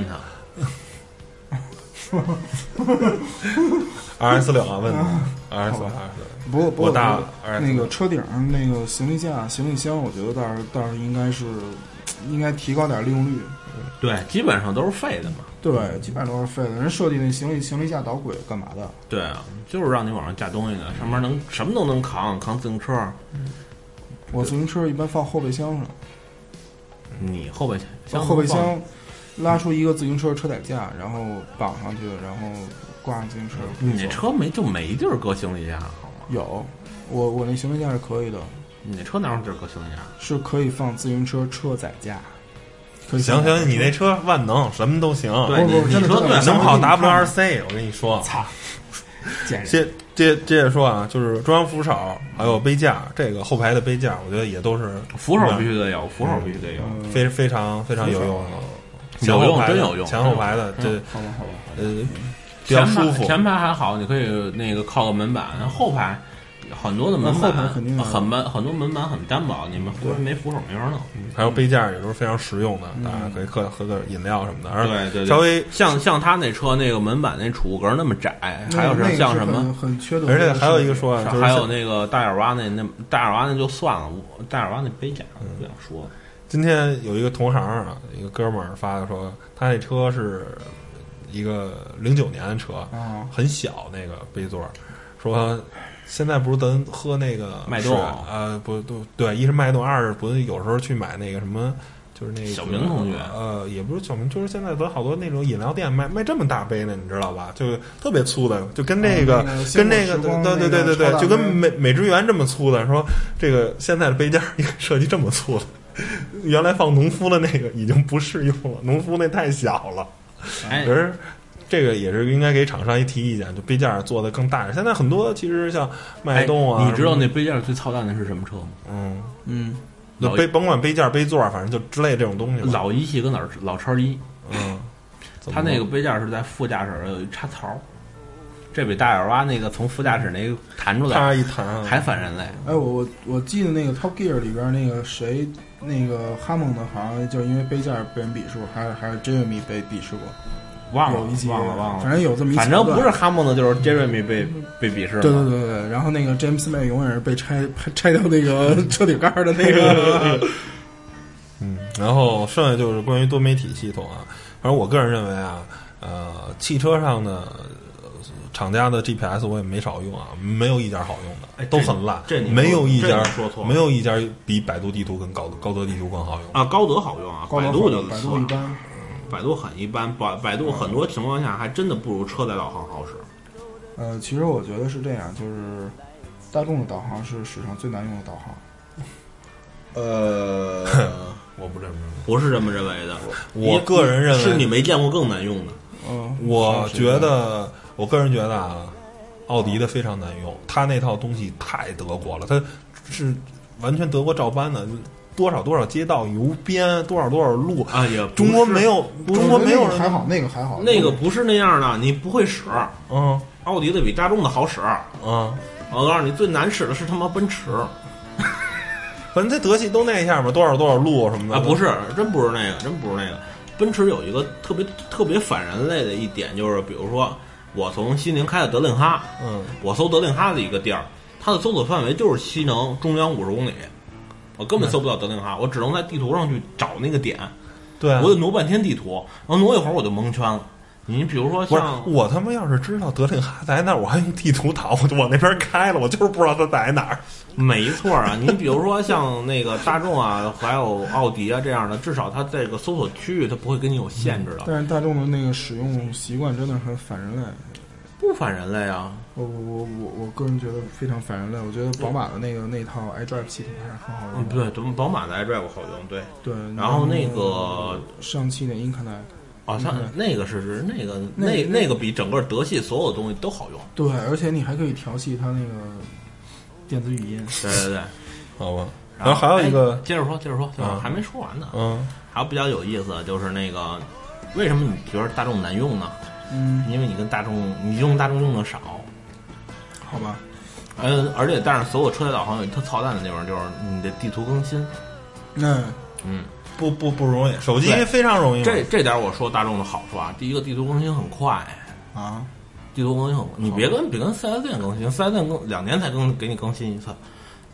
，R S 六啊，问，R S 六啊 R S 六，不过不过我大二那个车顶上那个行李架、行李箱，我觉得倒是倒是应该是应该提高点利用率。对，基本上都是废的嘛。嗯对，基本上都是废的。人设计那行李行李架导轨干嘛的？对啊，就是让你往上架东西的，上面能什么都能扛，扛自行车，我自行车一般放后备箱上，你后备箱把后备能放箱拉出一个自行车车载架，然后绑上去，然后挂上自行车。你那车嗯没就没地儿搁行李架好吗？有，我我那行李架是可以的，你那车哪有地儿搁行李架？是可以放自行车车载架。可以行行，你那车万能，什么都行，对，不你不你真的说真对的了，能跑我给你看 WRC，我跟你说，操，贱人！接接接着说啊，就是中央扶手还有杯架，这个后排的杯架，我觉得也都是扶手必须得嗯有，扶手必须得有。非非常非常有用的，前有用后排的真有用前后排的这真有好吧好吧，呃比较前排舒服，前排还好，你可以那个靠个门板，然后后排很多的门那后板，排肯定有很门很多门板很单薄，你们后边没扶手没法弄。还有杯架也都是非常实用的，大家可以喝喝个饮料什么的，而对对对稍微像像他那车那个门板那储物格那么窄，还有那个是像什很么，很缺德的而事情，且还有一个说啊，就是还有那个大眼蛙那那大眼蛙那就算了，我大眼蛙那杯架不想说了。今天有一个同行啊，一个哥们儿发的说，他那车是一个零九年的车，啊，很小那个杯座儿，说现在不是咱喝那个脉动水呃，不都对，一是脉动，二是不是有时候去买那个什么。就是那个小明同学呃，也不是小明，就是现在咱好多那种饮料店卖卖这么大杯的，你知道吧？就特别粗的，就跟那个、啊那个跟那个鲜果时光对对对对那个超对，大就跟杯美美之源这么粗的。说这个现在的杯架儿设计这么粗的，原来放农夫的那个已经不适用了，农夫那太小了。哎嗯可，是这个也是应该给厂商一提意见，就杯架做的更大一点。现在很多其实像脉动啊，哎你知道什么那杯架最操蛋的是什么车吗？嗯，嗯，就老杯甭管杯架、杯座，反正就之类这种东西吧。老一系跟老老叉一，嗯，怎它么那个杯架是在副驾驶有一插槽，这比大眼蛙那个从副驾驶那个弹出来啪一弹啊，还反人类。哎，我我我记得那个 Top Gear 里边那个谁，那个哈蒙的，好像就是因为杯架被人鄙视过，还是还是 Jeremy 被鄙视过，忘了有一集忘了忘了，反正有这么一反正桥段不是哈蒙的，就是 Jeremy 被被鄙视了。对对对对，然后那个 James May 永远是被拆 拆掉那 个车顶盖儿的那个，嗯，然后剩下就是关于多媒体系统啊，反正我个人认为啊，呃，汽车上的呃厂家的 GPS 我也没少用啊，没有一家好用的，哎都很烂，这你这你没有一家这你说错了没有一家比百度地图跟高高德地图更好用。啊，高德好用啊，百度就百算度了一般，百度很一般，百百度很多情况下还真的不如车载导航好使。呃，其实我觉得是这样，就是大众的导航是史上最难用的导航。呃，我不这么认为。 不是这么认为的，我你个人认为是你没见过更难用的。嗯，我是觉得，我个人觉得啊，奥迪的非常难用，它那套东西太德国了，它是完全德国照搬的，多少多少街道邮编，多少多少路啊也不是中国没有，中国没有那个还人，好，那个还好，那个不是那样的，你不会使。嗯奥迪的比大众的好使，嗯，我告诉你，最难使的是他妈奔驰反正这德系都那样嘛，多少多少路什么啊，的，不是，是，真不是那个，真不是那个。奔驰有一个特别特别反人类的一点，就是比如说我从西宁开到德令哈，嗯，我搜德令哈的一个地儿，它的搜索范围就是西能中央五十公里，我根本搜不到德令嗯哈，我只能在地图上去找那个点，对啊，我得挪半天地图，然后挪一会儿我就蒙圈了。你比如说不是像我他妈要是知道德令哈在哪儿，我还用地图导，我就往那边开了，我就是不知道它在哪儿。没错啊，你比如说像那个大众啊，还有奥迪啊这样的，至少它这个搜索区域它不会给你有限制的，但是大众的那个使用习惯真的很反人类。不反人类啊。我我我我我个人觉得非常反人类。我觉得宝马的那个那套 iDrive 系统还是很好嗯用，的。对，咱们宝马的 iDrive 好用，对。对，然后那个上汽的 Inconnect，啊，它那个是那个那那那个比整个德系所有东西都好用。对，而且你还可以调戏它那个电子语音。对对对。好吧，然后还有一哎个，接着说，接着说，接着说嗯还没说完呢。嗯，还有比较有意思的就是那个，为什么你觉得大众难用呢？嗯，因为你跟大众，你用大众用的少，好吧，嗯，而且但是所有车载导航有一特操蛋的地方，就是你的地图更新。那嗯，不不不容易，手机对非常容易嘛，这这点我说大众的好处啊，第一个地图更新很快，啊，地图更新很快，你别跟别跟四 S 店更新，四 S 店更两年才更给你更新一次。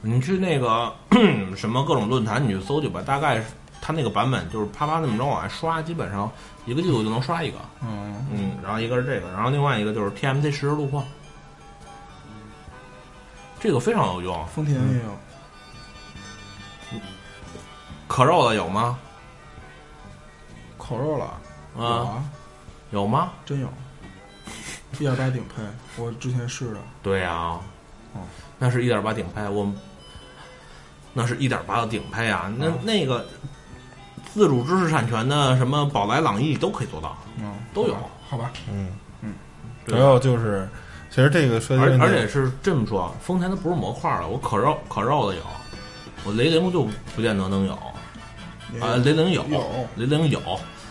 你去那个 什么各种论坛，你去搜去吧，大概它那个版本就是啪啪那么着往外刷，基本上一个季度就能刷一个。嗯，嗯，然后一个是这个，然后另外一个就是 TMC 实时路况，这个非常有用。丰田也有，可肉的有吗？烤肉了，有啊，啊，有吗？真有。一点八顶配，我之前试的，对呀、哦那是一点八顶配，我们那是一点八的顶配啊，那、那个自主知识产权的什么宝来、朗逸都可以做到，嗯，都有。好吧，嗯嗯，还有就是，其实这个设计而问题而且是这么说，丰田它不是模块的，我可绕可绕的有，我雷凌就不见得能有，啊，雷凌有，嗯有雷凌有，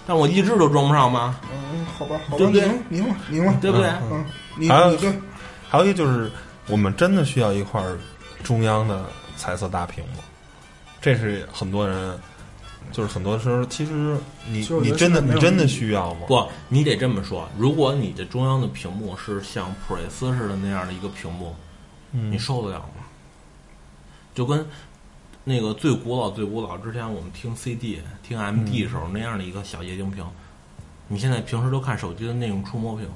但我一只都装不上吗？嗯，好吧，好吧，对不对赢赢了，赢了，对不对？嗯，你还有你对，还有一个就是，我们真的需要一块中央的彩色大屏幕，这是很多人，就是很多时候，其实你其实我觉你得真的现在没你有真的需要吗？不，你得这么说，如果你的中央的屏幕是像普锐斯似的那样的一个屏幕，你嗯，受得了吗？就跟那个最古老、最古老之前我们听 CD、听 MD 时候那样的一个小液晶屏，你现在平时都看手机的那种触摸屏，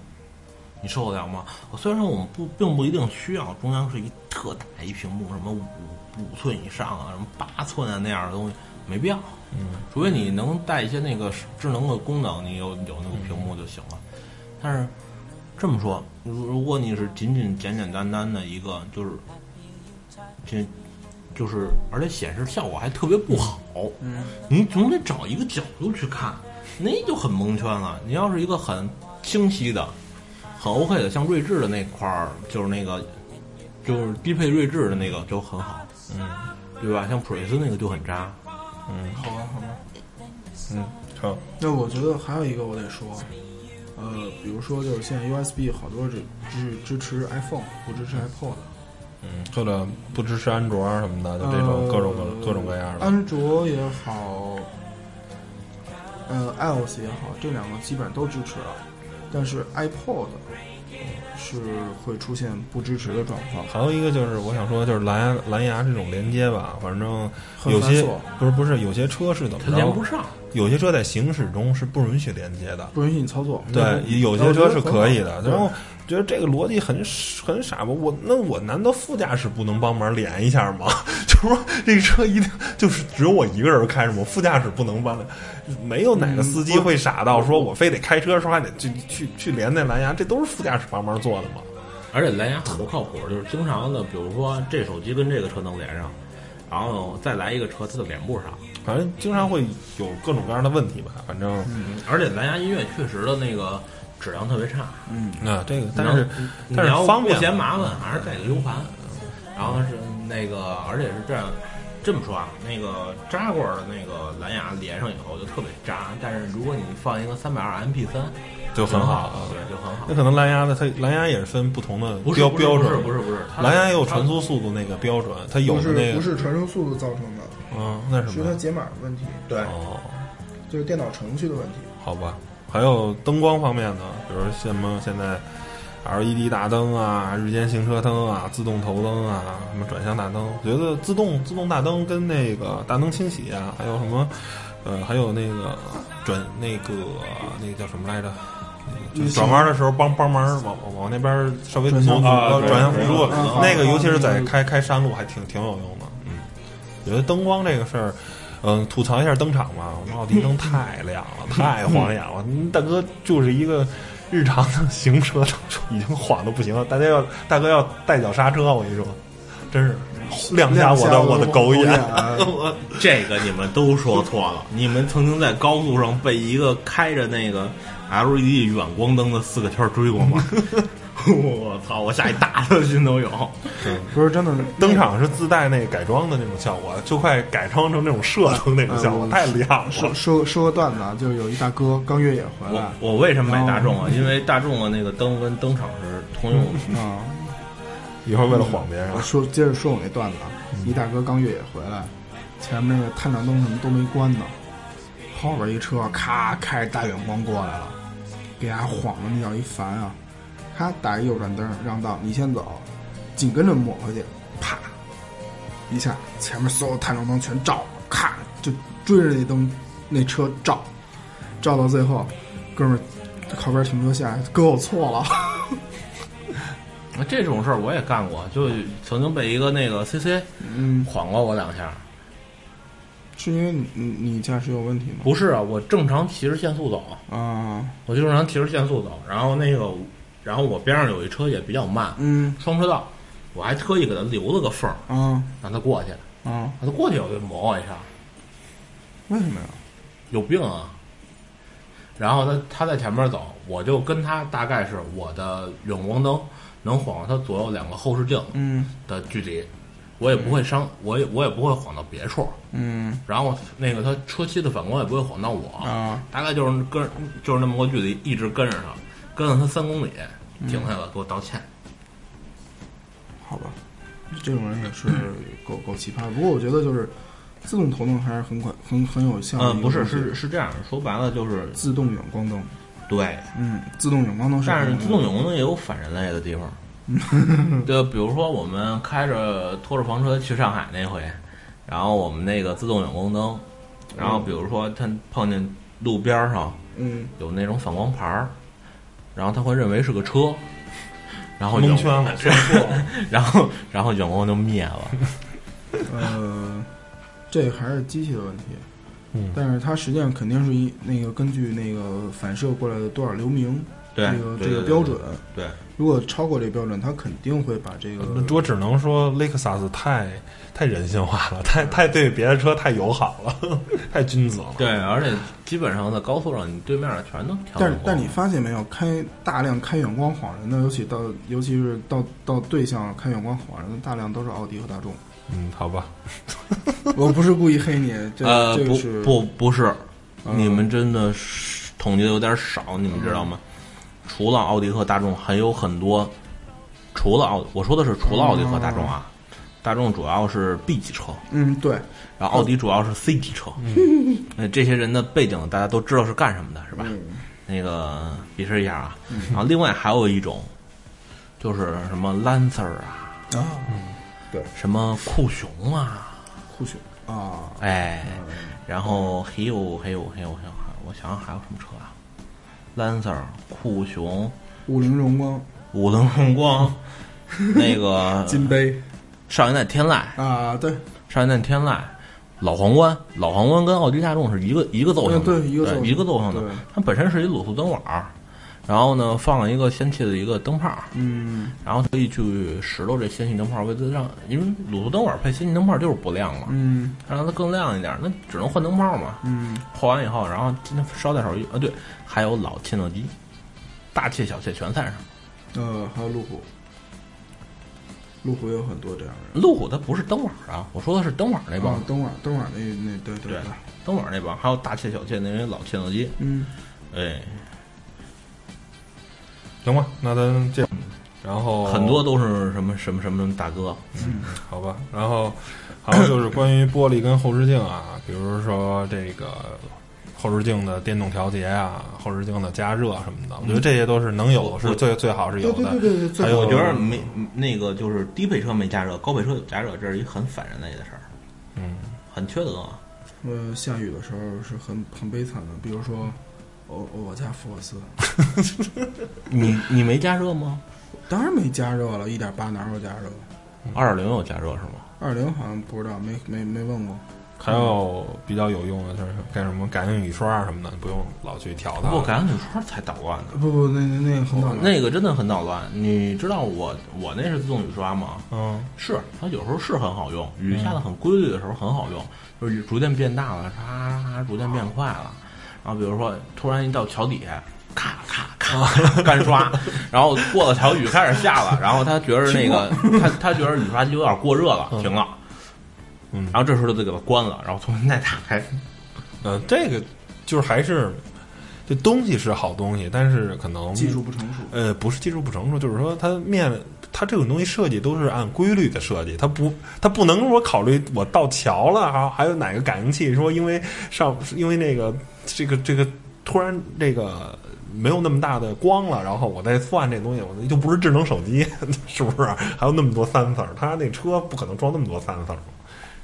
你受得了吗？我虽然说我们不并不一定需要中央是一特大一屏幕，什么五五寸以上啊，什么八寸啊那样的东西，没必要。嗯，除非你能带一些那个智能的功能，你有有那个屏幕就行了。但是这么说，如如果你是仅仅简简单单的一个，就是，这就是，而且显示效果还特别不好，嗯，你总得找一个角度去看，那就很蒙圈了。你要是一个很清晰的、很 OK 的，像睿智的那块儿，就是那个，就是低配睿智的那个就很好，嗯，对吧？像普锐斯那个就很渣，好吧，好吧。嗯好，那我觉得还有一个我得说，呃，比如说就是现在 USB 好多只只支持 iPhone，不支持 iPod。嗯，或者不支持安卓啊什么的，就这种呃各种各各种各样的，安卓也好，呃，iOS 也好，这两个基本上都支持了，但是 iPod 是会出现不支持的状况，还有一个就是，我想说，就是蓝牙蓝牙这种连接吧，反正很有繁些琐，不是不是有些车是怎么它连着不？上。有些车在行驶中是不允许连接的，不允许你操作。对，嗯有些我觉得车是很可好以的。对然后觉得这个逻辑很傻很傻吧？我那我难道副驾驶不能帮忙连一下吗？ 就是说这个车一定就是只有我一个人开着吗？副驾驶不能帮，没有嗯哪个司机会傻到说我非得开车的时候还得去去去连那蓝牙，这都是副驾驶帮忙做的嘛。而且蓝牙很不靠谱，就是经常的，比如说这手机跟这个车能连上，然后再来一个车，它就连不上。反正经常会有各种各样的问题吧。反正嗯而且蓝牙音乐确实的那个质量特别差，啊，这个但是嗯你但是要方便不嫌麻烦，还是带个 U 盘。然后是那个，而且是这样，这么说啊，那个扎管的那个蓝牙连上以后就特别渣，但是如果你放一个三百二 MP 三，就很好。对，就很好嗯那。可能蓝牙的，它蓝牙也是分不同的不是标不是标准，不是不是不是它蓝牙也有它传 输速度那个标准，它有不的那是个不是传输速度造成的，嗯，那什是么它呀？解码的问题，对，哦，就是电脑程序的问题。好吧。还有灯光方面呢，比如什么现在 LED 大灯啊、日间行车灯啊、自动头灯啊、什么转向大灯，我觉得自动自动大灯跟那个大灯清洗啊，还有什么呃，还有那个转那个那个叫什么来着？那个就转弯的时候帮帮忙往往往那边稍微转向挪辅助呃对转向辅助对对，那个对尤其是在对开开山路还挺挺有用的。嗯，我觉得灯光这个事儿，嗯，吐槽一下灯厂 吧，我们奥迪灯太亮了，太晃眼了。你大哥就是一个日常的行车灯，已经晃的不行了。大家要大哥要带脚刹车，我跟你说，真是亮瞎我啊的我的狗眼。我啊这个你们都说错了，你们曾经在高速上被一个开着那个 LED 远光灯的四个圈追过吗？ 我操！我吓一大跳心都有。不是真的灯厂是自带那改装的那种效果，就快改装成那种射灯那种效果，嗯太亮了。说说说个段子啊，就是有一大哥刚越野回来我，我为什么买大众啊？因为大众的那个灯跟灯厂是通用的。啊，一会儿为了晃别人嗯我，说接着说我那段子啊，一大哥刚越野回来，前面那个探照灯什么都没关呢，后边一车咔开着大远光过来了，给他晃的那叫一烦啊，咔打一右转灯让道，你先走，紧跟着抹回去，啪，一下前面所有探照灯全照了，咔就追着那灯那车照，照到最后，哥们儿靠边停车下来，哥我错了， 这种事儿我也干过，就曾经被一个那个 CC 嗯，晃过我两下。是因为你你你驾驶有问题吗？不是啊，我正常骑着限速走，啊，我就正常骑着限速走，然后那个，然后我边上有一车也比较慢，嗯双车道，我还特意给他留了个缝儿，啊让他过去。啊，让他过去，我就磨我一下。为什么呀？有病啊！然后他他在前面走，我就跟他大概是我的远光灯能晃到他左右两个后视镜嗯的距离，我也不会伤，我也我也不会晃到别处。嗯然后那个他车漆的反光也不会晃到我，啊大概就是跟就是那么个距离，一直跟着他，跟了他三公里，停下了，给我道歉。好吧，这种人 也是够够奇葩。不过我觉得就是自动头灯还是很管很很有效的嗯，一个不东西。是，是是这样，说白了就是自动远光灯。对，嗯，自动远光灯是但是很有用的。自动永灯也有反人类的地 方。就比如说我们开着拖着房车去上海那回，然后我们那个自动远光灯，然后比如说他碰见路边儿上嗯有那种反光牌儿，然后他会认为是个车，然后蒙远圈了，说错 了。然后然后远光就灭 了。呃，这还是机器的问题。嗯但是它实际上肯定是一那个根据那个反射过来的多少流明，对这个对这个对标准，对，如果超过这标准，它肯定会把这个呃我只能说雷克萨斯太太人性化了，太太对别的车太友好了， 太君子了。对，而且基本上在高速上，你对面全都调远但光。是但你发现没有，开大量开远光晃人的，尤其到尤其是到到对象开远光晃人的，大量都是奥迪和 大众。嗯，好吧，我不是故意黑你，这个、呃，这个不是不不是，嗯你们真的是统计的有点少，你们知道吗？除了奥迪和大众，还有很多，除了奥，我说的是除了奥迪和大众啊，哦大众主要是 B 级车，嗯对，然后奥哦迪主要是 C 级车。嗯 那这些人的背景大家都知道是干什么的，是吧？那个比试一下啊，嗯然后另外还有一种，就是什么 Lancer 啊，啊什么酷熊啊，酷炫啊，哎，然后还有还有还有还有，我想想还有什么车啊？Lancer、酷熊、五菱荣光、五菱宏光，那个 金杯上一代天籁，啊，对，上一代天籁，老皇冠，老皇冠跟奥迪大众是一个一个造型的，嗯对一个造型一个造型的对，它本身是一卤素灯管儿，然后呢放了一个氙气的一个灯泡儿，嗯然后特意去拾掇这氙气灯泡儿，为了让因为卤素灯管儿配氙气灯泡儿就是不亮嘛，嗯让它更亮一点儿，那只能换灯泡儿嘛，嗯，换完以后，然后今天捎带手一啊，对，还有老切诺基，大切小切全算上。呃，还有路虎，路虎有很多这样的人。路虎它不是灯管儿啊，我说的是灯管儿那帮，啊，等会儿，等会儿，那那对对嗯对，灯管儿那帮，还有大切小切那些老切诺基，嗯，哎，行吧，那咱这，然后很多都是什么什么什么大哥，好吧，然后还有就是关于玻璃跟后视镜啊，比如说这个后视镜的电动调节啊，后视镜的加热什么的，我觉得这些都是能有是最最好是有对对的对。对对，最还有好嗯我觉得没那个就是低配车没加热，高配车有加热，这是一很反人类的事儿，嗯，很缺德啊。呃，下雨的时候是很很悲惨的，比如说我我家福克斯，你你没加热吗？当然没加热了，一点八哪有加热？二点零有加热是吗？二零好像不知道，没没没问过。还有比较有用的就是干什么感应雨刷啊什么的，不用老去调它。不，改安雨刷才捣乱呢。不不，那那那个很早了，那个真的很捣乱，你知道我我那是自动雨刷吗？嗯，是，它有时候是很好用，雨下的很规律的时候很好用，就是雨逐渐变大了，咔咔逐渐变快了。然后比如说突然一到桥底下，咔咔咔干刷，然后过了桥雨开始下了，然后他觉得那个他他觉得雨刷机有点过热了，停了。嗯然后这时候就得给它关了，然后重新再打开。呃，这个就是还是这东西是好东西，但是可能技术不成熟。呃，不是技术不成熟，就是说它面它这种东西设计都是按规律的设计，它不它不能说考虑我到桥了，还还有哪个感应器说因为上因为那个这个这个突然这个没有那么大的光了，然后我再算这东西，我就不是智能手机， 是不是？啊还有那么多三色儿，它那车不可能装那么多三色儿。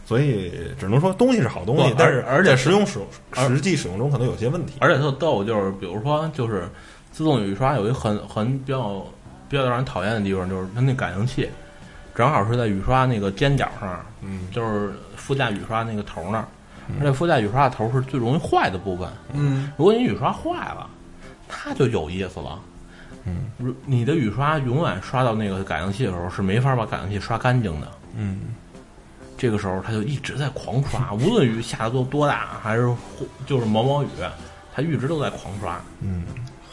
所以只能说东西是好东西不，但是而而且在实用使而实际使用中可能有些问题。而且特逗，就是比如说，就是自动雨刷有一个很很比较比较让人讨厌的地方，就是它那感应器正好是在雨刷那个尖角上，嗯，就是副驾雨刷那个头那儿，而且副驾雨刷的头是最容易坏的部分。嗯，如果你雨刷坏了，它就有意思了。嗯如，你的雨刷永远刷到那个感应器的时候是没法把感应器刷干净的。嗯，这个时候他就一直在狂 刷，无论雨下得多多大，还是忽就是毛毛雨，他一直都在狂刷。嗯，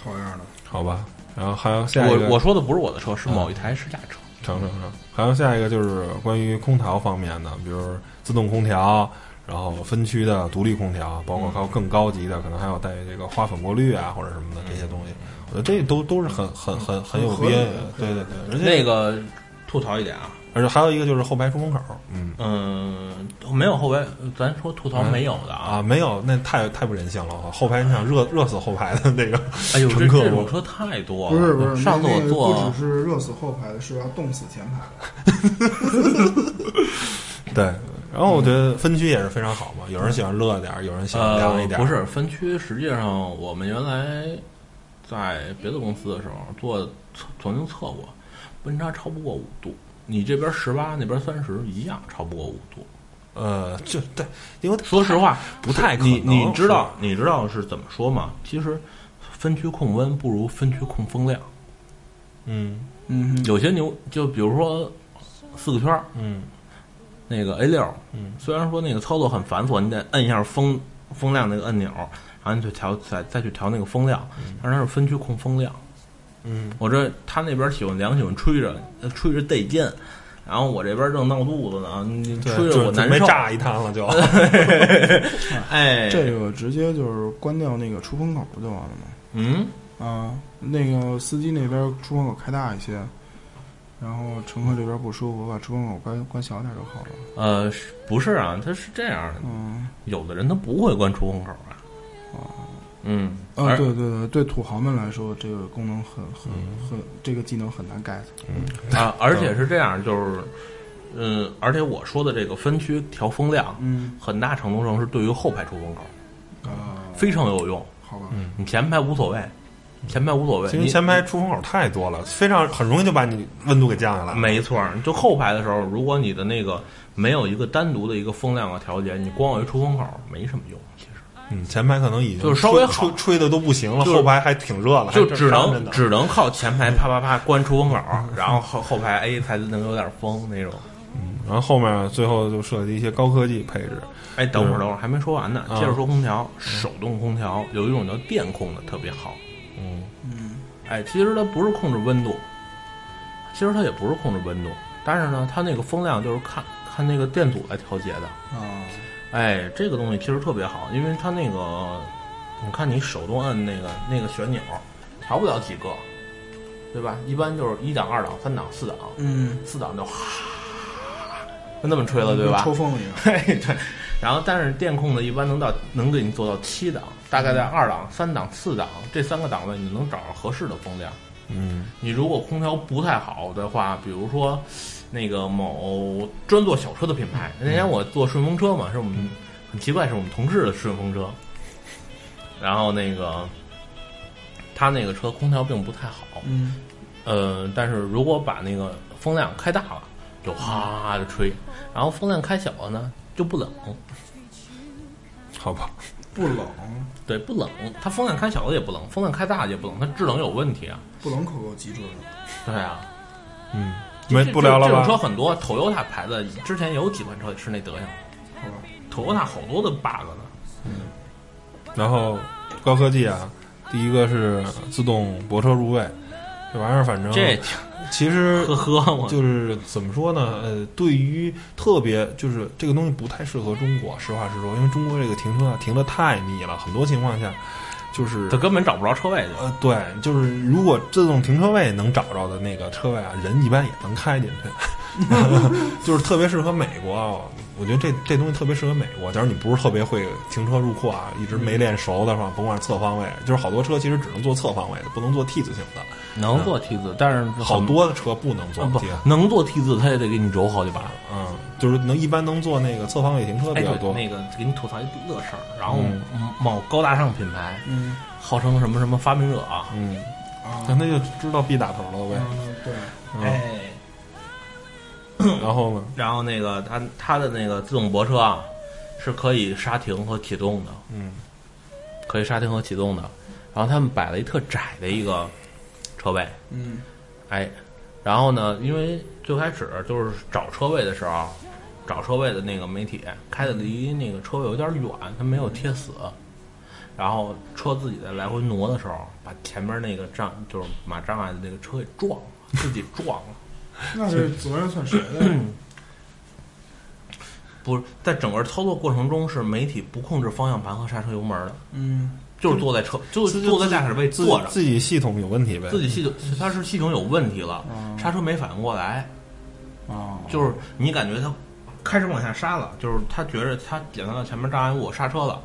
好样的，好吧。然后还有下一个，我我说的不是我的车，是某一台试驾车。成成成。还有下一个就是关于空调方面的，比如自动空调，然后分区的独立空调，包括还有更高级的，可能还有带这个花粉过滤啊或者什么的这些东西。嗯我觉得这都都是很很很很有很合理边的对对对，而且那个吐槽一点啊，而且还有一个就是后排出风口，嗯嗯，没有后排，咱说吐槽没有的啊啊，。没有那太太不人性了，后排你想热热死后排的那个哎呦，这乘客这我种车太多了。不是不是，哦上次我那个坐不只是热死后排的，是要冻死前排的。对，嗯然后我觉得分区也是非常好嘛，有人喜欢热点儿，有人喜欢凉一点儿，呃。不是分区，实际上我们原来在别的公司的时候做测曾经测过，温差超不过五度，你这边十八，那边三十，一样超不过五度。呃，就对，因为说实话，不太可能你你知道你知道是怎么说吗？其实分区控温不如分区控风量。嗯嗯，有些牛就比如说四个圈儿嗯那个 A 六，嗯，虽然说那个操作很繁琐，你得摁一下风风量那个按钮，然后你去调再再去调那个风量，嗯但是它是分区控风量。嗯，我这他那边喜欢凉，喜欢吹着，呃吹着得劲，然后我这边正闹肚子呢，你你对，吹着就我难没受。炸一趟了就， 哎，这个直接就是关掉那个出风口不就完了吗？嗯，啊，那个司机那边出风口开大一些，然后乘客这边不舒服，把出风口关关小点就好了。呃，是不是啊，他是这样的，嗯，有的人他不会关出风口啊。嗯，哦啊，而对对对，对土豪们来说，这个功能很很嗯很，这个技能很难 get。 啊，而且是这样，就是，嗯，而且我说的这个分区调风量，嗯很大程度上是对于后排出风口啊，非常有用。好吧，你前排无所谓，前排无所谓。因为你前排出风口太多了，非常很容易就把你温度给降下来。没错儿，就后排的时候，如果你的那个没有一个单独的一个风量的调节，你光有一出风口没什么用，其实嗯，前排可能已经就是稍微好吹吹吹的都不行了，就是后排还挺热了，就还只正常着能呢只能靠前排啪啪啪关出风口，然后后后排 A 才能有点风那种。然后后面最后就设计一些高科技配置，哎，等会嗯儿，等会儿，还没说完呢。啊接着说空调，手动空调有一种叫电控的，特别好。嗯哎，其实它不是控制温度，其实它也不是控制温度，但是呢，它那个风量就是看看那个电阻来调节的。啊，哎，这个东西其实特别好，因为它那个，你看你手动按那个那个旋钮，调不了几个，对吧？一般就是一档、二档、三档、四档，嗯，四档就哗，就那么吹了，对嗯吧？抽风了 一样。对哎对。然后，但是电控的一般能到能给你做到七档，大概在二档、三档、四档这三个档位，你能找着合适的风量。嗯你如果空调不太好的话，比如说那个某专做小车的品牌，那天我坐顺风车嘛，是我们很奇怪，是我们同事的顺风车，然后那个他那个车空调并不太好，嗯，呃，但是如果把那个风量开大了，就哗的吹，然后风量开小了呢，就不冷。好吧，不冷，对，不冷，它风量开小了也不冷，风量开大了也不冷，它制冷有问题啊。不冷可够极致的。对啊，嗯，没这不聊了这种吧？车很多，Toyota 牌子之前有几款车也是那德行好吧， ，Toyota 好多的 bug 呢。然后高科技啊，第一个是自动泊车入位，这玩意儿反正这其实呵呵，我就是怎么说呢？呃，对于特别就是这个东西不太适合中国，实话实说，因为中国这个停车啊停的太密了，很多情况下就是他根本找不着车位去。呃，对，就是如果自动停车位能找着的那个车位啊，人一般也能开进去，就是特别适合美国啊。我觉得这这东西特别适合美国。假如你不是特别会停车入库啊，一直没嗯练熟的话，甭管是侧方位，就是好多车其实只能做侧方位的，不能做 T 字形的。能做 T 字，但是好多的车不能做啊不 T，能做 T 字，他也得给你揉好几把。嗯，就是能一般能做那个侧方位停车哎，比较对，多。那个给你吐槽一乐事儿，然后嗯某高大上品牌，嗯号称什么什么发明者啊，嗯，啊，那就知道 B 打头了呗。嗯对，嗯，哎，嗯然后呢？然后那个它它的那个自动泊车啊，是可以刹停和启动的，嗯，可以刹停和启动的。然后他们摆了一特窄的一个车位，嗯哎，然后呢，因为最开始就是找车位的时候，找车位的那个媒体开的离那个车位有点远，它没有贴死。然后车自己在来回挪的时候，把前面那个障就是马障碍的那个车给撞了，自己撞了。那是责任算谁的？ 不是在整个操作过程中是媒体不控制方向盘和刹车油门的，嗯，就是坐在车就自是坐在驾驶位自坐着，自己嗯系统有问题呗，自己系统它是系统有问题了，嗯刹车没反应过来，啊哦，就是你感觉它开始往下刹了，就是他觉着他检测到前面障碍物刹车了，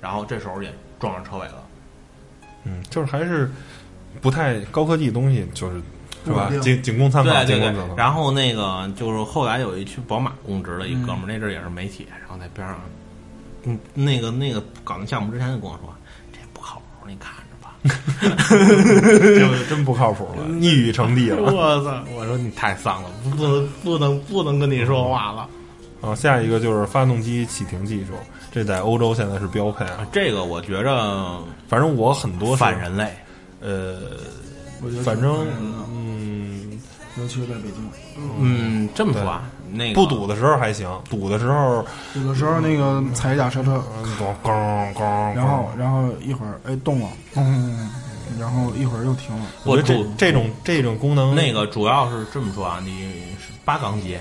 然后这时候也撞上车尾了。嗯，就是还是不太高科技的东西，就是是吧不一定？仅仅供参考，对仅对供对参考。，然后那个就是后来有一去宝马供职的一哥们儿，嗯那阵儿也是媒体，然后在边上，嗯，那个那个搞那项目之前就跟我说，这不靠谱，你看着吧。就 真不靠谱了，一语成帝了。 我操！我说你太丧了，不不能不能不能跟你说话了。啊，下一个就是发动机启停技术，这在欧洲现在是标配啊。这个我觉着反正我很多是反，人类，呃，我觉得反正啊嗯嗯，尤其是在北京，嗯，这么说啊，那个不堵的时候还行，堵的时候有的时候那个踩一脚刹车，嗯咣咣咣，然后然后一会儿哎动了，嗯， 然后一会儿又停了，我觉不得堵这这种这种功能嗯那个主要是这么说啊，你是八缸机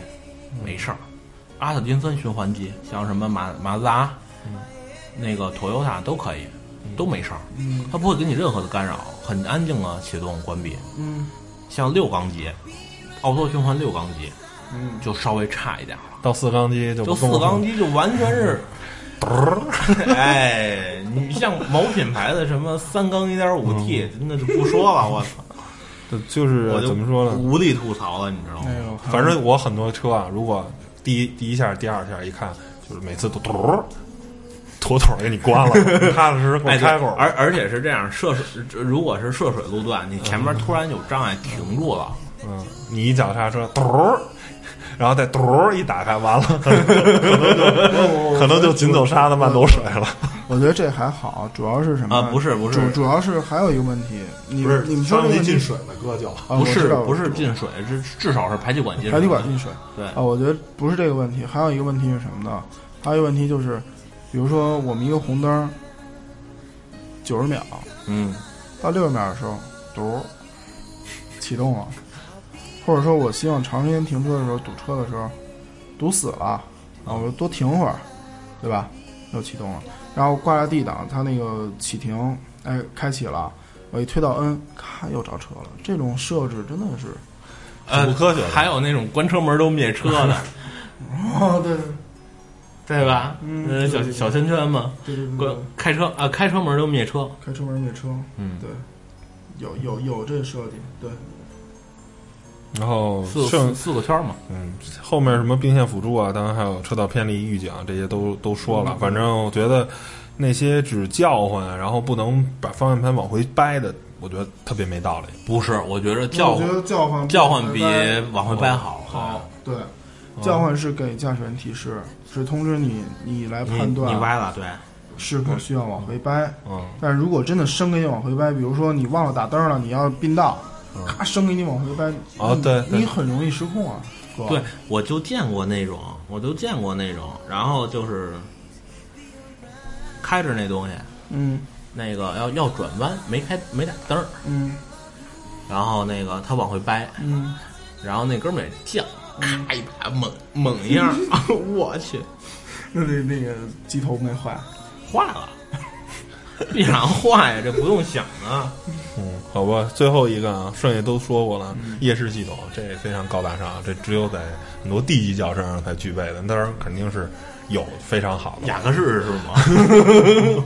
没事儿，阿特金森循环机，像什么马马自达，那个 Toyota 都可以，嗯都没事儿，它不会给你任何的干扰，很安静的启动关闭。嗯，像六缸机，奥拓循环六缸机，嗯就稍微差一点儿了，到四缸机就不就四跟我说缸机就完全是。哎，你像某品牌的什么三缸一点五 T，那就不说了， 我操，就就是我嗯就嗯怎么说呢？无力吐槽了，你知道吗哎？呦，反正我很多车啊，如果第一第一下、第二下一看，就是每次都嘟儿，妥妥给你关了， 踏踏实实给我哎，对开会儿。而而且是这样，涉水如果是涉水路段，你前面突然有障碍停住了，啊嗯，你一脚刹车，嘟儿，然后再嘟儿一打开，完了，可 能哦就可能就紧走刹的慢走水了。我觉得这还好，主要是什么啊不是不是主主要是还有一个问题，你不是你们说这个问题进水了，哥就啊不我知是道不是进水，至至少是排气管进水。排气管进水对啊，我觉得不是这个问题，还有一个问题是什么呢？还有一个问题就是，比如说我们一个红灯九十秒嗯，到六十秒的时候，嘟，启动了，或者说我希望长时间停车的时候堵车的时候堵死了啊，我就多停会儿，对吧？又启动了，然后挂着 D 档，它那个启停，哎，开启了。我一推到 N，咔又着车了。这种设置真的是，呃，不科学的还有那种关车门都灭车 的，哦，对对吧？嗯呃小对对对嗯小圈圈嘛，对对对关开车啊，开车门都灭车。开车门灭车，嗯对，有有有这设计，对，然后四剩四四个圈嘛，嗯，后面什么并线辅助啊，当然还有车道偏离预警啊，这些都都说了。反正我觉得那些只叫唤，然后不能把方向盘往回掰的，我觉得特别没道理。不是，我觉得叫我觉得叫唤叫唤哦比拜拜往回掰好。好，对，叫唤是给驾驶员提示，是通知你你来你判你哦断歪了，对，是否需要往回掰。嗯，但如果真的生给你往回掰，比如说你忘了打灯了，你要并道，哦咔生给你往回掰，哦你对对你很容易失控啊。哥对，我就见过那种，我就见过那种，然后就是开着那东西，嗯那个要要转弯，没开没打灯儿，嗯然后那个他往回掰，嗯，然后那哥们儿也犟，咔一把猛猛一样， 我去，那那那个机头没坏，坏了，必然坏呀，这不用想啊。嗯，好吧，最后一个啊，剩下都说过了，夜视系统这非常高大上，这只有在很多 D 级轿车上才具备的，当然肯定是有非常好的，雅克士是吗？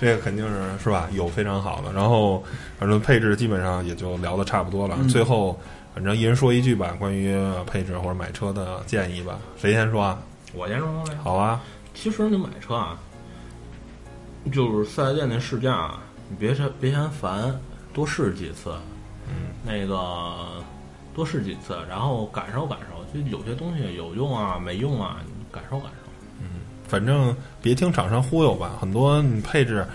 这个肯定是是吧？有非常好的，然后反正配置基本上也就聊的差不多了，最后反正一人说一句吧，关于呃配置或者买车的建议吧，谁先说啊？我先说呗。好啊，其实你买车啊，就是四 S 店那试驾啊，你别嫌别嫌烦，多试几次，嗯，那个多试几次，然后感受感受，就有些东西有用啊，没用啊，你感受感受。反正别听厂商忽悠吧，很多你配置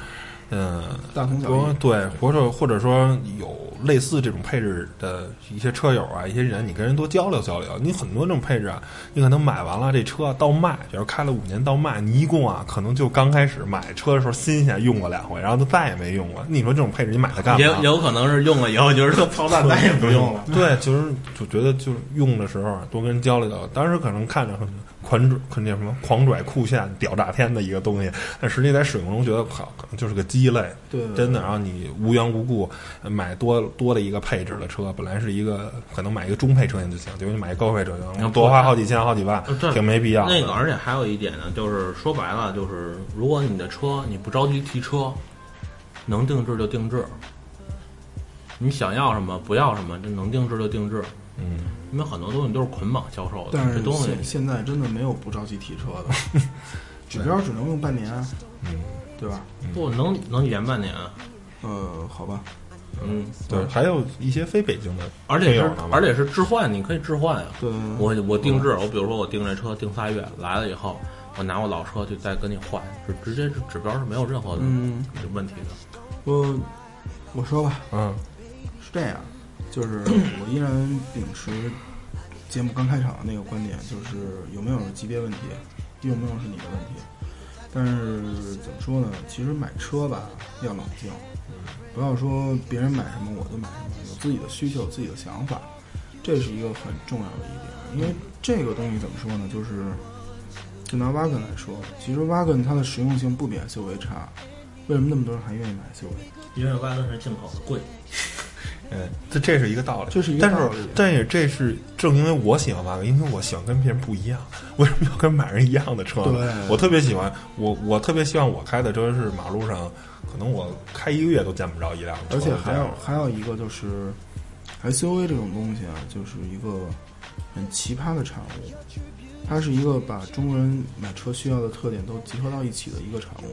嗯，大同小国异。对，或者或者说有类似这种配置的一些车友啊，一些人，你跟人多交流交流。你很多这种配置啊，你可能买完了这车到卖，比如开了五年到卖，你一共啊可能就刚开始买车的时候新鲜用过两回，然后就再也没用过。你说这种配置你买它干嘛？也也有可能是用了以后觉得这操蛋，再也不用了。对，就是就觉得就是用的时候啊多跟人交流交流。当时可能看着很款拽，很那什么狂拽酷炫、屌炸天的一个东西，但实际在使用中觉得靠，可能就是个鸡肋。对对对真的。然后你无缘无故呃买多多了一个配置的车，本来是一个可能买一个中配车型就行，结果你买一高配车型，嗯多花好几千、好几万呃这，挺没必要的。 那个，而且还有一点呢，就是说白了，就是如果你的车你不着急提车，能定制就定制，你想要什么不要什么，这能定制就定制。嗯，因为很多东西都是捆绑销售的但，这是东西现现在真的没有不着急提车的，指标只能用半年，嗯对吧？不能能延半年。啊呃，好吧，嗯，对，还有一些非北京的而且有是呢嘛，而且是置换，你可以置换啊。对对对我我定制，我比如说我定这车定仨月，来了以后，我拿我老车去再跟你换，是直接是指标是没有任何的嗯问题的。我我说吧，嗯是这样，就是我依然秉持节目刚开场的那个观点，就是有没有级别问题，有没有是你的问题。但是怎么说呢？其实买车吧要冷静，不要说别人买什么我就买什么，有自己的需求，有自己的想法，这是一个很重要的一点。因为这个东西怎么说呢？就是就拿 Wagon 来说，其实 Wagon 它的实用性不比 SUV 差，为什么那么多人还愿意买 SUV？因为外论是进口的贵，嗯，这这是一个道理，这是一个但道是理但也这是正因为我喜欢八个，因为我喜欢跟别人不一样，为什么要跟买人一样的车呢？对我特别喜欢，我我特别希望我开的车是马路上，可能我开一个月都见不着一辆车，而且还这有样还有一个就是 SUV 这种东西啊，就是一个很奇葩的产物，它是一个把中国人买车需要的特点都集合到一起的一个产物。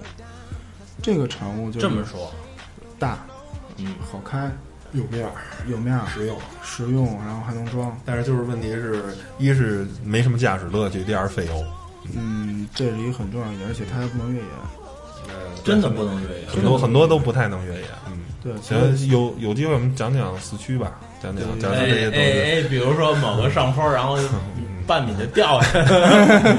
这个产物就是这么说，大，嗯，好开，有面儿有面儿，实用，实用，然后还能装。但是就是问题是，一是没什么驾驶乐趣，第二是费油，嗯，这是一个很重要的一点，而且它还不能越野。真的不能越野。很多很多都不太能越野。嗯，对，其实行，有有机会我们讲讲四驱吧，讲讲讲哎讲这些哎东西。哎，比如说某个上坡， 然后半米就掉下来了，对，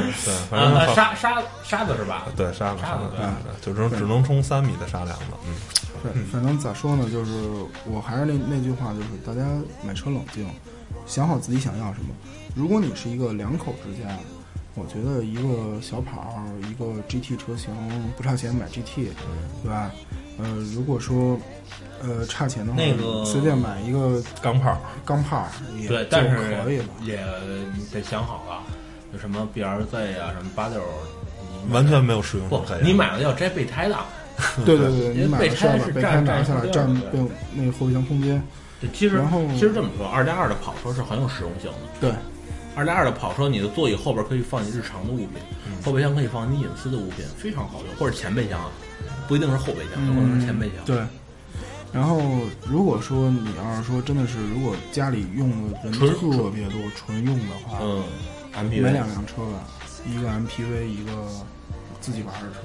反正啊 好沙沙沙子是吧？对沙子沙沙子子，嗯沙子就只能只能冲三米的沙梁子。嗯，对，反正咋说呢，就是我还是那那句话，就是大家买车冷静，想好自己想要什么。如果你是一个两口之家，我觉得一个小跑儿，一个 GT 车型不差钱买 GT，对吧？呃，如果说呃差钱的话，那个随便买一个钢炮。钢炮儿也对就，但是可以了。也得想好了，有什么 BRZ 啊，什么八六，你买完全没有使用不者可，言。啊你买了要摘备胎的。对对对，嗯因为你买备了胎下是边备占胎拿占下来车占辆的备那个后备箱空间，对，其实然后其实这么说，二加二的跑车是很有实用性的。对，二加二的跑车，你的座椅后边可以放你日常的物品，嗯后备箱可以放你隐私的物品，非常好用，或者前备箱啊，不一定是后备箱，有可能是前备箱。对。然后，如果说你要是说真的是，如果家里用的人纯特别多，纯用的话，嗯买，MPV 两辆车吧，一个 MPV，一个自己玩的车。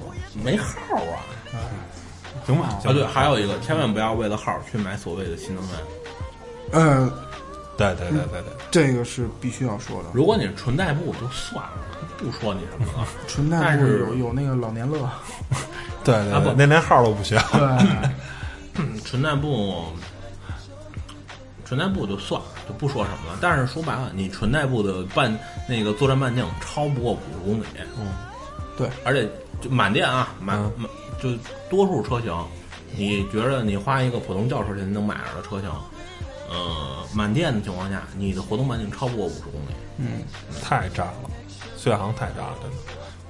没号啊。行吧，啊，对，还有一个，千万不要为了号去买所谓的新能源。呃，对对对对对，这个是必须要说的。如果你是纯代步就算了，不说你什么了。纯代但步是有有那个老年 乐，对啊对不对，那连号都不需要。对，纯代步，纯代步就算了，就不说什么了。但是说白了，你纯代步的半那个作战半径超不过五十公里，嗯，对，而且就满电啊，满嗯满、就多数车型，你觉得你花一个普通轿车钱能买着的车型，呃，满电的情况下，你的活动半径超不过五十公里。太炸了，续航太炸了，真的。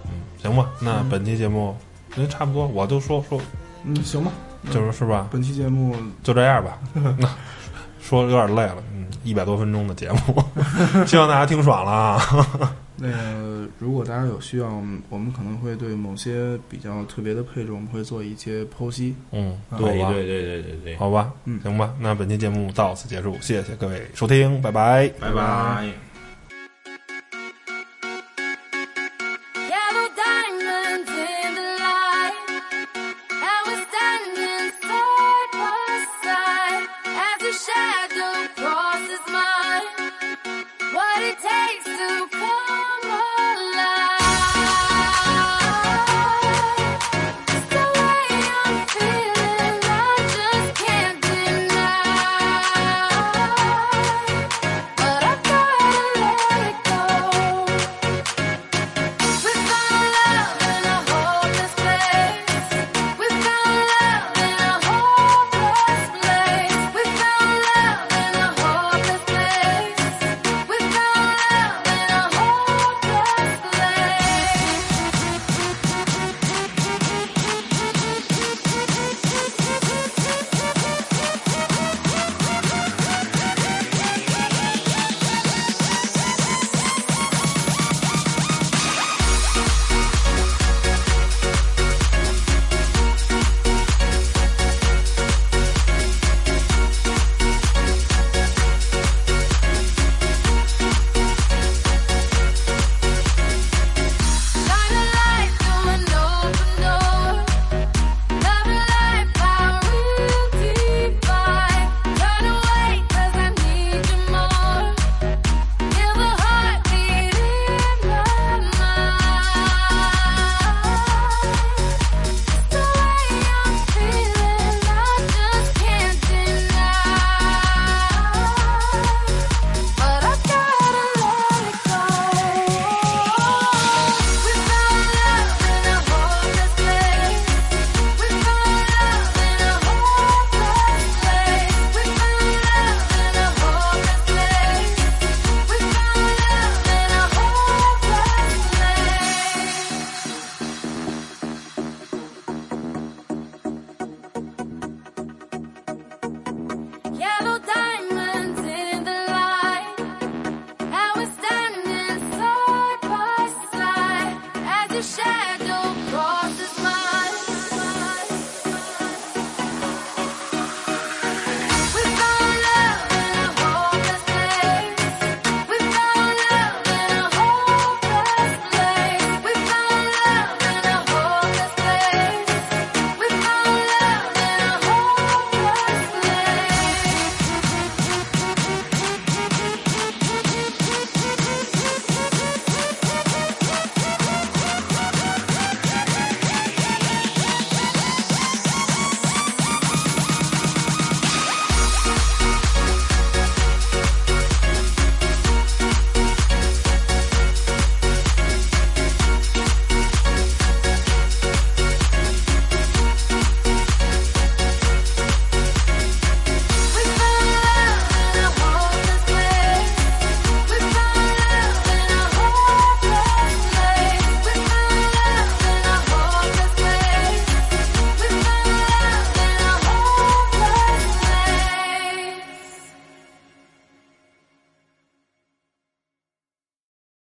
嗯，行吧，那本期节目那差不多，我就说说，嗯，行吧。就是是吧，本期节目就这样吧。那说有点累了，嗯，一百多分钟的节目，希望大家听爽了啊。那个，如果大家有需要，我们可能会对某些比较特别的配置，我们会做一些剖析。嗯，对吧，对对对对对，好吧，嗯行吧，那本期节目到此结束，谢谢各位收听，拜拜。拜拜